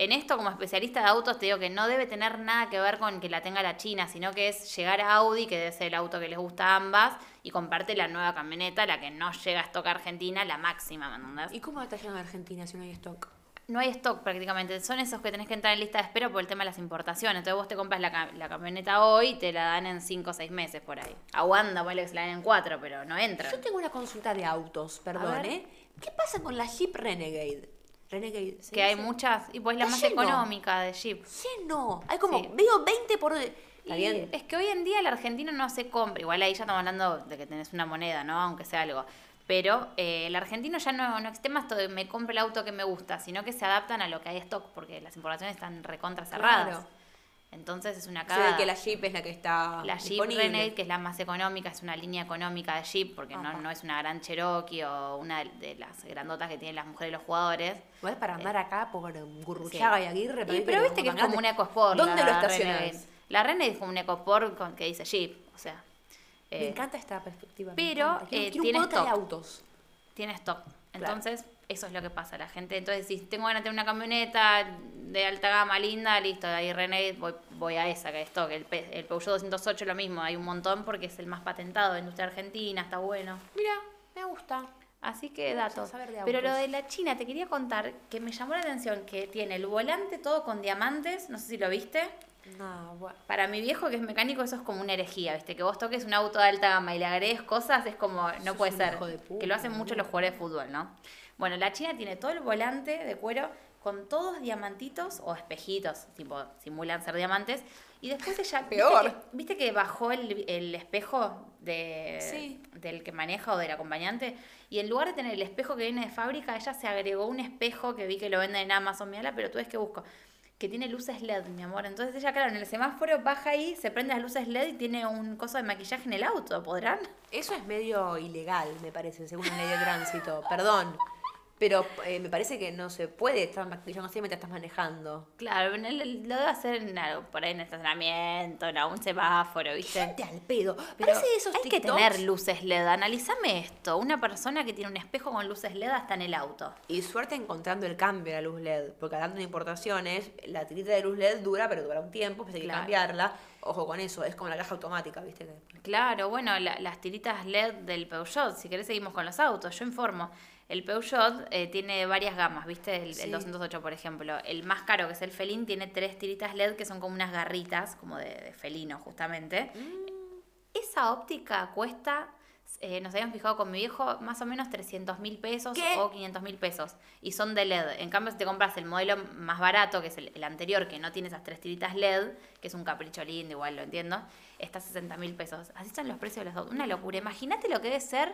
Speaker 1: En esto, como especialista de autos, te digo que no debe tener nada que ver con que la tenga la China, sino que es llegar a Audi, que debe ser el auto que les gusta a ambas, y comparte la nueva camioneta, la que no llega a stock argentina, la máxima, ¿me entendés?
Speaker 2: ¿Y cómo detallan a Argentina si no hay stock?
Speaker 1: No hay stock prácticamente, son esos que tenés que entrar en lista de espera por el tema de las importaciones. Entonces vos te compras la, ca- la camioneta hoy y te la dan en 5 o 6 meses por ahí. A Wanda, ponele que se la dan en 4, pero no entra.
Speaker 2: Yo tengo una consulta de autos,
Speaker 1: A
Speaker 2: perdón,
Speaker 1: ver.
Speaker 2: ¿eh? ¿Qué pasa con la Jeep Renegade? Renegade. ¿se
Speaker 1: Que hay
Speaker 2: dice?
Speaker 1: muchas, y pues la
Speaker 2: Está
Speaker 1: más
Speaker 2: lleno.
Speaker 1: económica de Jeep.
Speaker 2: Lleno. Hay como,
Speaker 1: Sí.
Speaker 2: veo 20 por. Está
Speaker 1: Y
Speaker 2: bien.
Speaker 1: Es que hoy en día el argentino no se compra. Igual ahí ya estamos hablando de que tenés una moneda, ¿no? Aunque sea algo. Pero eh, el argentino ya no, no existe más todo de me compro el auto que me gusta, sino que se adaptan a lo que hay stock, porque las importaciones están recontra cerradas.
Speaker 2: Claro.
Speaker 1: Entonces es una
Speaker 2: Se ve
Speaker 1: cagada.
Speaker 2: que la Jeep es la que está.
Speaker 1: La Jeep
Speaker 2: disponible.
Speaker 1: Renegade, que es la más económica, es una línea económica de Jeep, porque no,
Speaker 2: Ajá.
Speaker 1: no es una gran Cherokee o una de- de las grandotas que tienen las mujeres y los jugadores.
Speaker 2: Igual para andar acá por Gurruchaga
Speaker 1: Eh, Sí.
Speaker 2: y Aguirre.
Speaker 1: Y, pero viste que es como un EcoSport.
Speaker 2: ¿Dónde
Speaker 1: la
Speaker 2: lo
Speaker 1: Renegade.
Speaker 2: estacionas?
Speaker 1: La Renegade es como un EcoSport con, que dice Jeep, o sea.
Speaker 2: Me
Speaker 1: eh,
Speaker 2: encanta esta perspectiva. me
Speaker 1: pero,
Speaker 2: encanta. Quiero-
Speaker 1: eh,
Speaker 2: quiero
Speaker 1: tiene
Speaker 2: un podcast de
Speaker 1: stock.
Speaker 2: autos.
Speaker 1: tiene stock. Entonces, eso es lo que pasa. La gente, entonces, si tengo ganas de tener una camioneta de alta gama, linda, listo, de ahí René, voy, voy a esa que es stock. El, Pe- el Peugeot 208 lo mismo, hay un montón porque es el más patentado de industria argentina, está bueno.
Speaker 2: Mira, me gusta.
Speaker 1: Así que datos.
Speaker 2: saber de
Speaker 1: Pero lo
Speaker 2: autos.
Speaker 1: de la China, te quería contar que me llamó la atención que tiene el volante todo con diamantes, no sé si lo viste.
Speaker 2: No, bueno.
Speaker 1: Para mi viejo que es mecánico eso es como una herejía, ¿viste? Que vos toques un auto de alta gama y le agregues cosas es como, no
Speaker 2: Sos
Speaker 1: puede
Speaker 2: un
Speaker 1: ser.
Speaker 2: hijo de puta,
Speaker 1: que lo hacen mucho
Speaker 2: boludo.
Speaker 1: los jugadores de fútbol, ¿no? Bueno, la China tiene todo el volante de cuero con todos diamantitos o espejitos, tipo, simulan ser diamantes. Y después ella. ¿viste
Speaker 2: Peor.
Speaker 1: que- ¿Viste que, bajó el, el espejo de,
Speaker 2: Sí.
Speaker 1: del que maneja o del acompañante? Y en lugar de tener el espejo que viene de fábrica, ella se agregó un espejo que vi que lo venden en Amazon. Mira la pelotudez que busco. Que tiene luces LED, mi amor. Entonces ella, claro, en el semáforo baja ahí, se prende las luces LED y tiene un coso de maquillaje en el auto, ¿podrán?
Speaker 2: Eso es medio ilegal, me parece, según la ley de tránsito. Perdón. Pero eh, me parece que no se puede estar maquillándose mientras estás manejando.
Speaker 1: Claro, en el- lo debe hacer en algo, por ahí en estacionamiento, en algún semáforo, ¿viste?
Speaker 2: Gente al pedo.
Speaker 1: Pero
Speaker 2: parece esos
Speaker 1: hay que
Speaker 2: TikToks.
Speaker 1: tener luces LED. Analízame esto. Una persona que tiene un espejo con luces LED está en el auto.
Speaker 2: Y suerte encontrando el cambio de la luz LED, porque hablando de importaciones, la tirita de luz LED dura, pero dura un tiempo, pues hay que
Speaker 1: Claro.
Speaker 2: cambiarla. Ojo con eso, es como la caja automática, ¿viste? Que-
Speaker 1: Claro, bueno, la- las tiritas LED del Peugeot. Si querés seguimos con los autos, yo informo. El Peugeot eh, tiene varias gamas, ¿viste? El, el
Speaker 2: Sí.
Speaker 1: 208, por ejemplo. El más caro, que es el Felín, tiene tres tiritas LED que son como unas garritas, como de, de felino, justamente.
Speaker 2: Mm.
Speaker 1: Esa óptica cuesta, eh, nos habíamos fijado con mi viejo, más o menos 300 mil pesos
Speaker 2: ¿Qué?
Speaker 1: o 500 mil pesos. Y son de LED. En cambio, si te compras el modelo más barato, que es el, el anterior, que no tiene esas tres tiritas LED, que es un capricho lindo, igual lo entiendo, está a 60 mil pesos. Así son los precios de los dos. Una locura. Imagínate lo que debe ser.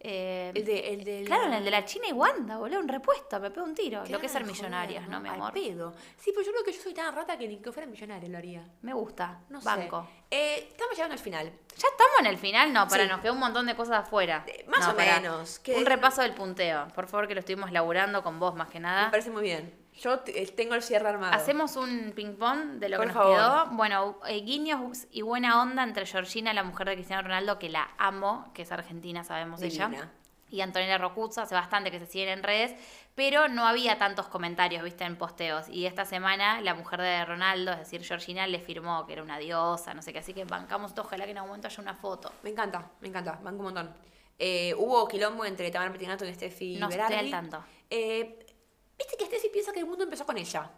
Speaker 1: eh,
Speaker 2: El de, el del-
Speaker 1: Claro, el de la China y Wanda, boludo, un repuesto, me pego un tiro.
Speaker 2: Claro,
Speaker 1: lo que es ser
Speaker 2: joder,
Speaker 1: millonarios, ¿no, mi
Speaker 2: Al
Speaker 1: amor?
Speaker 2: pedo. Sí, pero yo creo que yo soy tan rata que ni que fuera millonaria lo haría.
Speaker 1: Me gusta.
Speaker 2: No sé.
Speaker 1: Banco.
Speaker 2: Eh, estamos llegando al final.
Speaker 1: Ya estamos en el final, no, para
Speaker 2: Sí.
Speaker 1: nos quedó un montón de cosas afuera.
Speaker 2: Eh, más
Speaker 1: No,
Speaker 2: o
Speaker 1: pará.
Speaker 2: menos, que-
Speaker 1: Un repaso del punteo, por favor, que lo estuvimos laburando con vos más que
Speaker 2: Me
Speaker 1: nada.
Speaker 2: parece muy bien. Yo t- eh, tengo el cierre armado.
Speaker 1: Ah. Hacemos un ping-pong de lo
Speaker 2: Por
Speaker 1: que nos
Speaker 2: favor.
Speaker 1: quedó. Bueno, eh, guiños y buena onda entre Georgina, la mujer de Cristiano Ronaldo, que la amo, que es argentina, sabemos ella.
Speaker 2: Divina.
Speaker 1: Y Antonella Rocuzza, hace bastante que se siguen en redes, pero no había tantos comentarios, viste, en posteos. Y esta semana la mujer de Ronaldo, es decir, Georgina, le firmó que era una diosa, no sé qué, así que bancamos todo, ojalá que en algún momento haya una foto.
Speaker 2: Me encanta, me encanta, banco un montón. Eh, hubo quilombo entre Tamar Petinato y Steffi
Speaker 1: No estoy
Speaker 2: Berardi.
Speaker 1: al tanto.
Speaker 2: Eh, Viste que Steffi piensa que el mundo empezó con ella.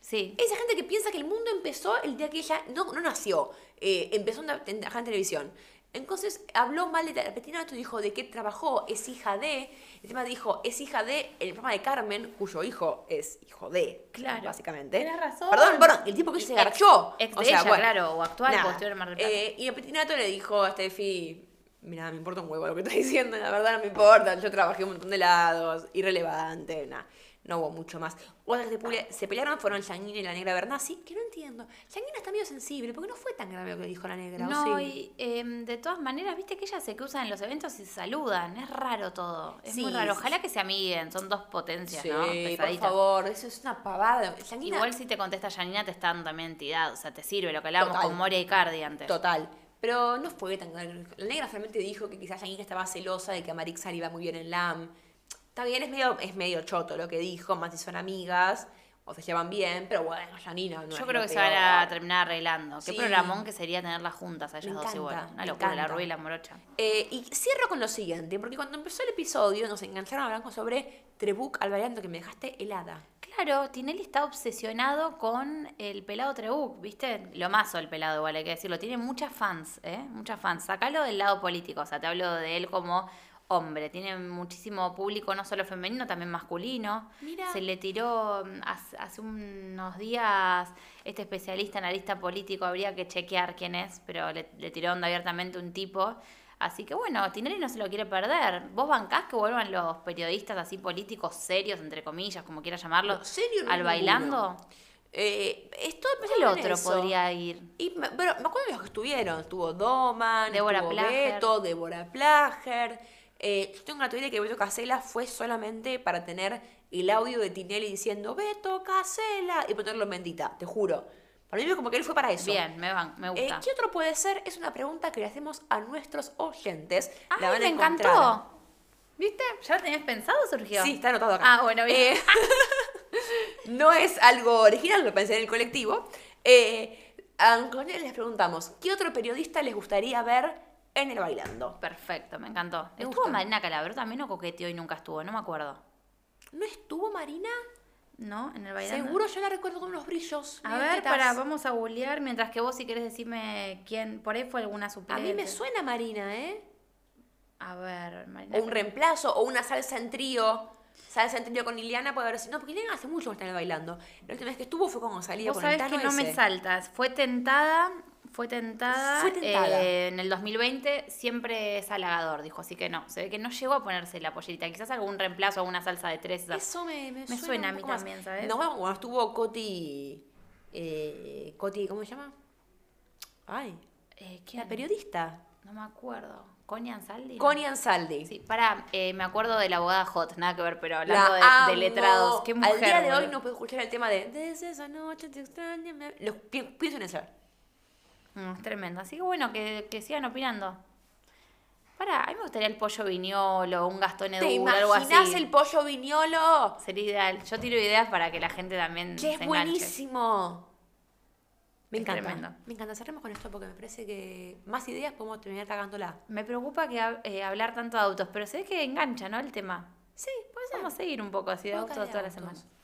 Speaker 1: Sí.
Speaker 2: Esa gente que piensa que el mundo empezó el día que ella no, no nació, eh, empezó en, la- en- ajá, en televisión. Entonces habló mal de Tamar Petinato, dijo de qué trabajó, es hija de. El tema dijo, es hija de el programa de Carmen, cuyo hijo es hijo de.
Speaker 1: Claro.
Speaker 2: Básicamente.
Speaker 1: Tenés razón.
Speaker 2: Perdón, perdón, el tipo que se
Speaker 1: Ex-
Speaker 2: garchó.
Speaker 1: ex
Speaker 2: O
Speaker 1: de
Speaker 2: sea,
Speaker 1: ella,
Speaker 2: bueno.
Speaker 1: claro, o actual,
Speaker 2: Nada.
Speaker 1: porque estuvo en Mar del Plata.
Speaker 2: Eh, y Petinato le dijo a Steffi, mira, me importa un huevo lo que estás diciendo, la verdad no me importa, yo trabajé un montón de lados, irrelevante, nada. No hubo mucho más. Otras que se, pule- se pelearon fueron Yanguina y la negra Bernasi, que no entiendo. Yanguina está medio sensible, porque no fue tan grave lo que dijo la negra. ¿o
Speaker 1: No,
Speaker 2: sí?
Speaker 1: y em, de todas maneras, viste que ellas se cruzan en los eventos y se saludan. Es raro todo. Es muy
Speaker 2: Sí,
Speaker 1: raro.
Speaker 2: sí.
Speaker 1: Ojalá que se amiguen. Son dos potencias,
Speaker 2: Sí,
Speaker 1: ¿no?
Speaker 2: por
Speaker 1: Pesaditas.
Speaker 2: favor, eso es una pavada. Yanguina,
Speaker 1: Igual si te contesta Janina, te está dando también entidad. O sea, te sirve lo que hablábamos
Speaker 2: Total.
Speaker 1: con Moria y Cardi antes.
Speaker 2: total. Pero no fue tan grave. La negra realmente dijo que quizás Yanguina estaba celosa de que a Marixa le iba muy bien en LAM. Está bien, es medio, es medio choto lo que dijo, más si son amigas, o se llevan bien, pero bueno, Yanina no es
Speaker 1: Yo
Speaker 2: lo
Speaker 1: creo que se
Speaker 2: peor.
Speaker 1: van a terminar arreglando. Qué
Speaker 2: Sí.
Speaker 1: programón que sería tenerlas juntas a ellas
Speaker 2: Me
Speaker 1: dos igual.
Speaker 2: encanta,
Speaker 1: Una
Speaker 2: me
Speaker 1: locura, la
Speaker 2: encanta.
Speaker 1: Rubí y la Morocha.
Speaker 2: Eh, y cierro con lo siguiente, porque cuando empezó el episodio nos engancharon hablando sobre Trebuch al variando que me dejaste helada.
Speaker 1: Claro, Tinelli está obsesionado con el pelado Trebuch, ¿viste? Lo mazo el pelado, igual hay que decirlo. Tiene muchas fans, ¿eh? Muchas fans. Sacalo del lado político, o sea, te hablo de él como hombre. Tiene muchísimo público, no solo femenino, también masculino.
Speaker 2: Mira.
Speaker 1: Se le tiró mm, hace, hace unos días este especialista, analista político, habría que chequear quién es, pero le, le tiró onda abiertamente un tipo. Así que bueno, Tinelli no se lo quiere perder. ¿Vos bancás que vuelvan los periodistas así políticos serios, entre comillas, como quieras llamarlo,
Speaker 2: No, serio no
Speaker 1: al
Speaker 2: es
Speaker 1: bailando? Pues
Speaker 2: ninguno. Eh, estoy
Speaker 1: El
Speaker 2: pensando en
Speaker 1: otro
Speaker 2: eso.
Speaker 1: podría ir.
Speaker 2: Y me, pero me acuerdo de los que estuvieron. Estuvo Doman,
Speaker 1: Débora
Speaker 2: estuvo
Speaker 1: Plager.
Speaker 2: Beto, Débora Plager. Eh, yo tengo la teoría de que Beto Casela fue solamente para tener el audio de Tinelli diciendo Beto Casela y ponerlo en bendita, te juro. Para mí es como que él fue para eso.
Speaker 1: Bien, me, van, me
Speaker 2: Eh,
Speaker 1: gusta.
Speaker 2: ¿Qué otro puede ser? Es una pregunta que le hacemos a nuestros oyentes. La
Speaker 1: ¡Ay,
Speaker 2: van a
Speaker 1: me
Speaker 2: encontrar.
Speaker 1: encantó! ¿Viste? ¿Ya lo tenías pensado, surgió?
Speaker 2: Sí, está anotado acá.
Speaker 1: Ah, bueno, bien.
Speaker 2: Eh, no es algo original, lo pensé en el colectivo. Eh, a Antonella les preguntamos, ¿qué otro periodista les gustaría ver en el bailando?
Speaker 1: Perfecto, me encantó.
Speaker 2: Me
Speaker 1: ¿Estuvo
Speaker 2: gusta.
Speaker 1: Marina Calabro también o coqueteó y nunca estuvo? No me acuerdo.
Speaker 2: ¿No estuvo Marina?
Speaker 1: ¿No? En el bailando.
Speaker 2: Seguro yo la recuerdo con unos brillos.
Speaker 1: A
Speaker 2: medio
Speaker 1: ver,
Speaker 2: tetas.
Speaker 1: para, vamos a googlear mientras que vos si querés decirme quién. Por ahí fue alguna
Speaker 2: A
Speaker 1: suplente.
Speaker 2: mí me suena Marina, ¿eh?
Speaker 1: A ver, Marina.
Speaker 2: O un reemplazo, o una salsa en trío. Se ha desentendido con Liliana puede haber sido. No, porque Liliana hace mucho que está en el bailando. La última vez que estuvo fue con Salía
Speaker 1: Vos
Speaker 2: con el
Speaker 1: sabés
Speaker 2: Tano
Speaker 1: que no me
Speaker 2: ese.
Speaker 1: saltas. Fue tentada, fue tentada,
Speaker 2: Fue tentada.
Speaker 1: eh, en el 2020, siempre es halagador, dijo. Así que no, se ve que no llegó a ponerse la pollerita. Quizás algún reemplazo, alguna salsa de tres. esas.
Speaker 2: Eso me, me,
Speaker 1: Me
Speaker 2: suena,
Speaker 1: suena a
Speaker 2: un
Speaker 1: mí
Speaker 2: poco más.
Speaker 1: también, ¿sabes?
Speaker 2: Nos vamos, bueno, estuvo Coti. eh, Coti, ¿cómo se llama? Ay,
Speaker 1: Eh, ¿quién?
Speaker 2: la periodista.
Speaker 1: No me acuerdo. ¿Connie Ansaldi?
Speaker 2: Connie Ansaldi.
Speaker 1: Sí, para, me acuerdo de la abogada Hot, nada que ver, pero hablando de, de
Speaker 2: amo.
Speaker 1: letrados. Qué mujer.
Speaker 2: Al día de hoy
Speaker 1: boludo.
Speaker 2: no puedo escuchar el tema de Desde esa noche te extraño. me-". Lo pi- pienso en eso.
Speaker 1: Mm, es tremendo. Así que bueno, que, que sigan opinando. Para, a mí me gustaría el pollo viñolo, un Gastón
Speaker 2: ¿Te
Speaker 1: Edu, algo así.
Speaker 2: imaginas el pollo viñolo?
Speaker 1: Sería ideal. Yo tiro ideas para que la gente también
Speaker 2: Che, es
Speaker 1: se enganche.
Speaker 2: buenísimo. Me
Speaker 1: Es
Speaker 2: encanta.
Speaker 1: tremendo.
Speaker 2: Me encanta. Cerremos con esto porque me parece que más ideas podemos terminar cagándola.
Speaker 1: Me preocupa que hab- eh, hablar tanto de autos, pero sé que engancha, ¿no? El tema.
Speaker 2: Sí, puede ser.
Speaker 1: Vamos a seguir un poco así de
Speaker 2: Podcast
Speaker 1: autos
Speaker 2: de
Speaker 1: toda la
Speaker 2: autos.
Speaker 1: semana.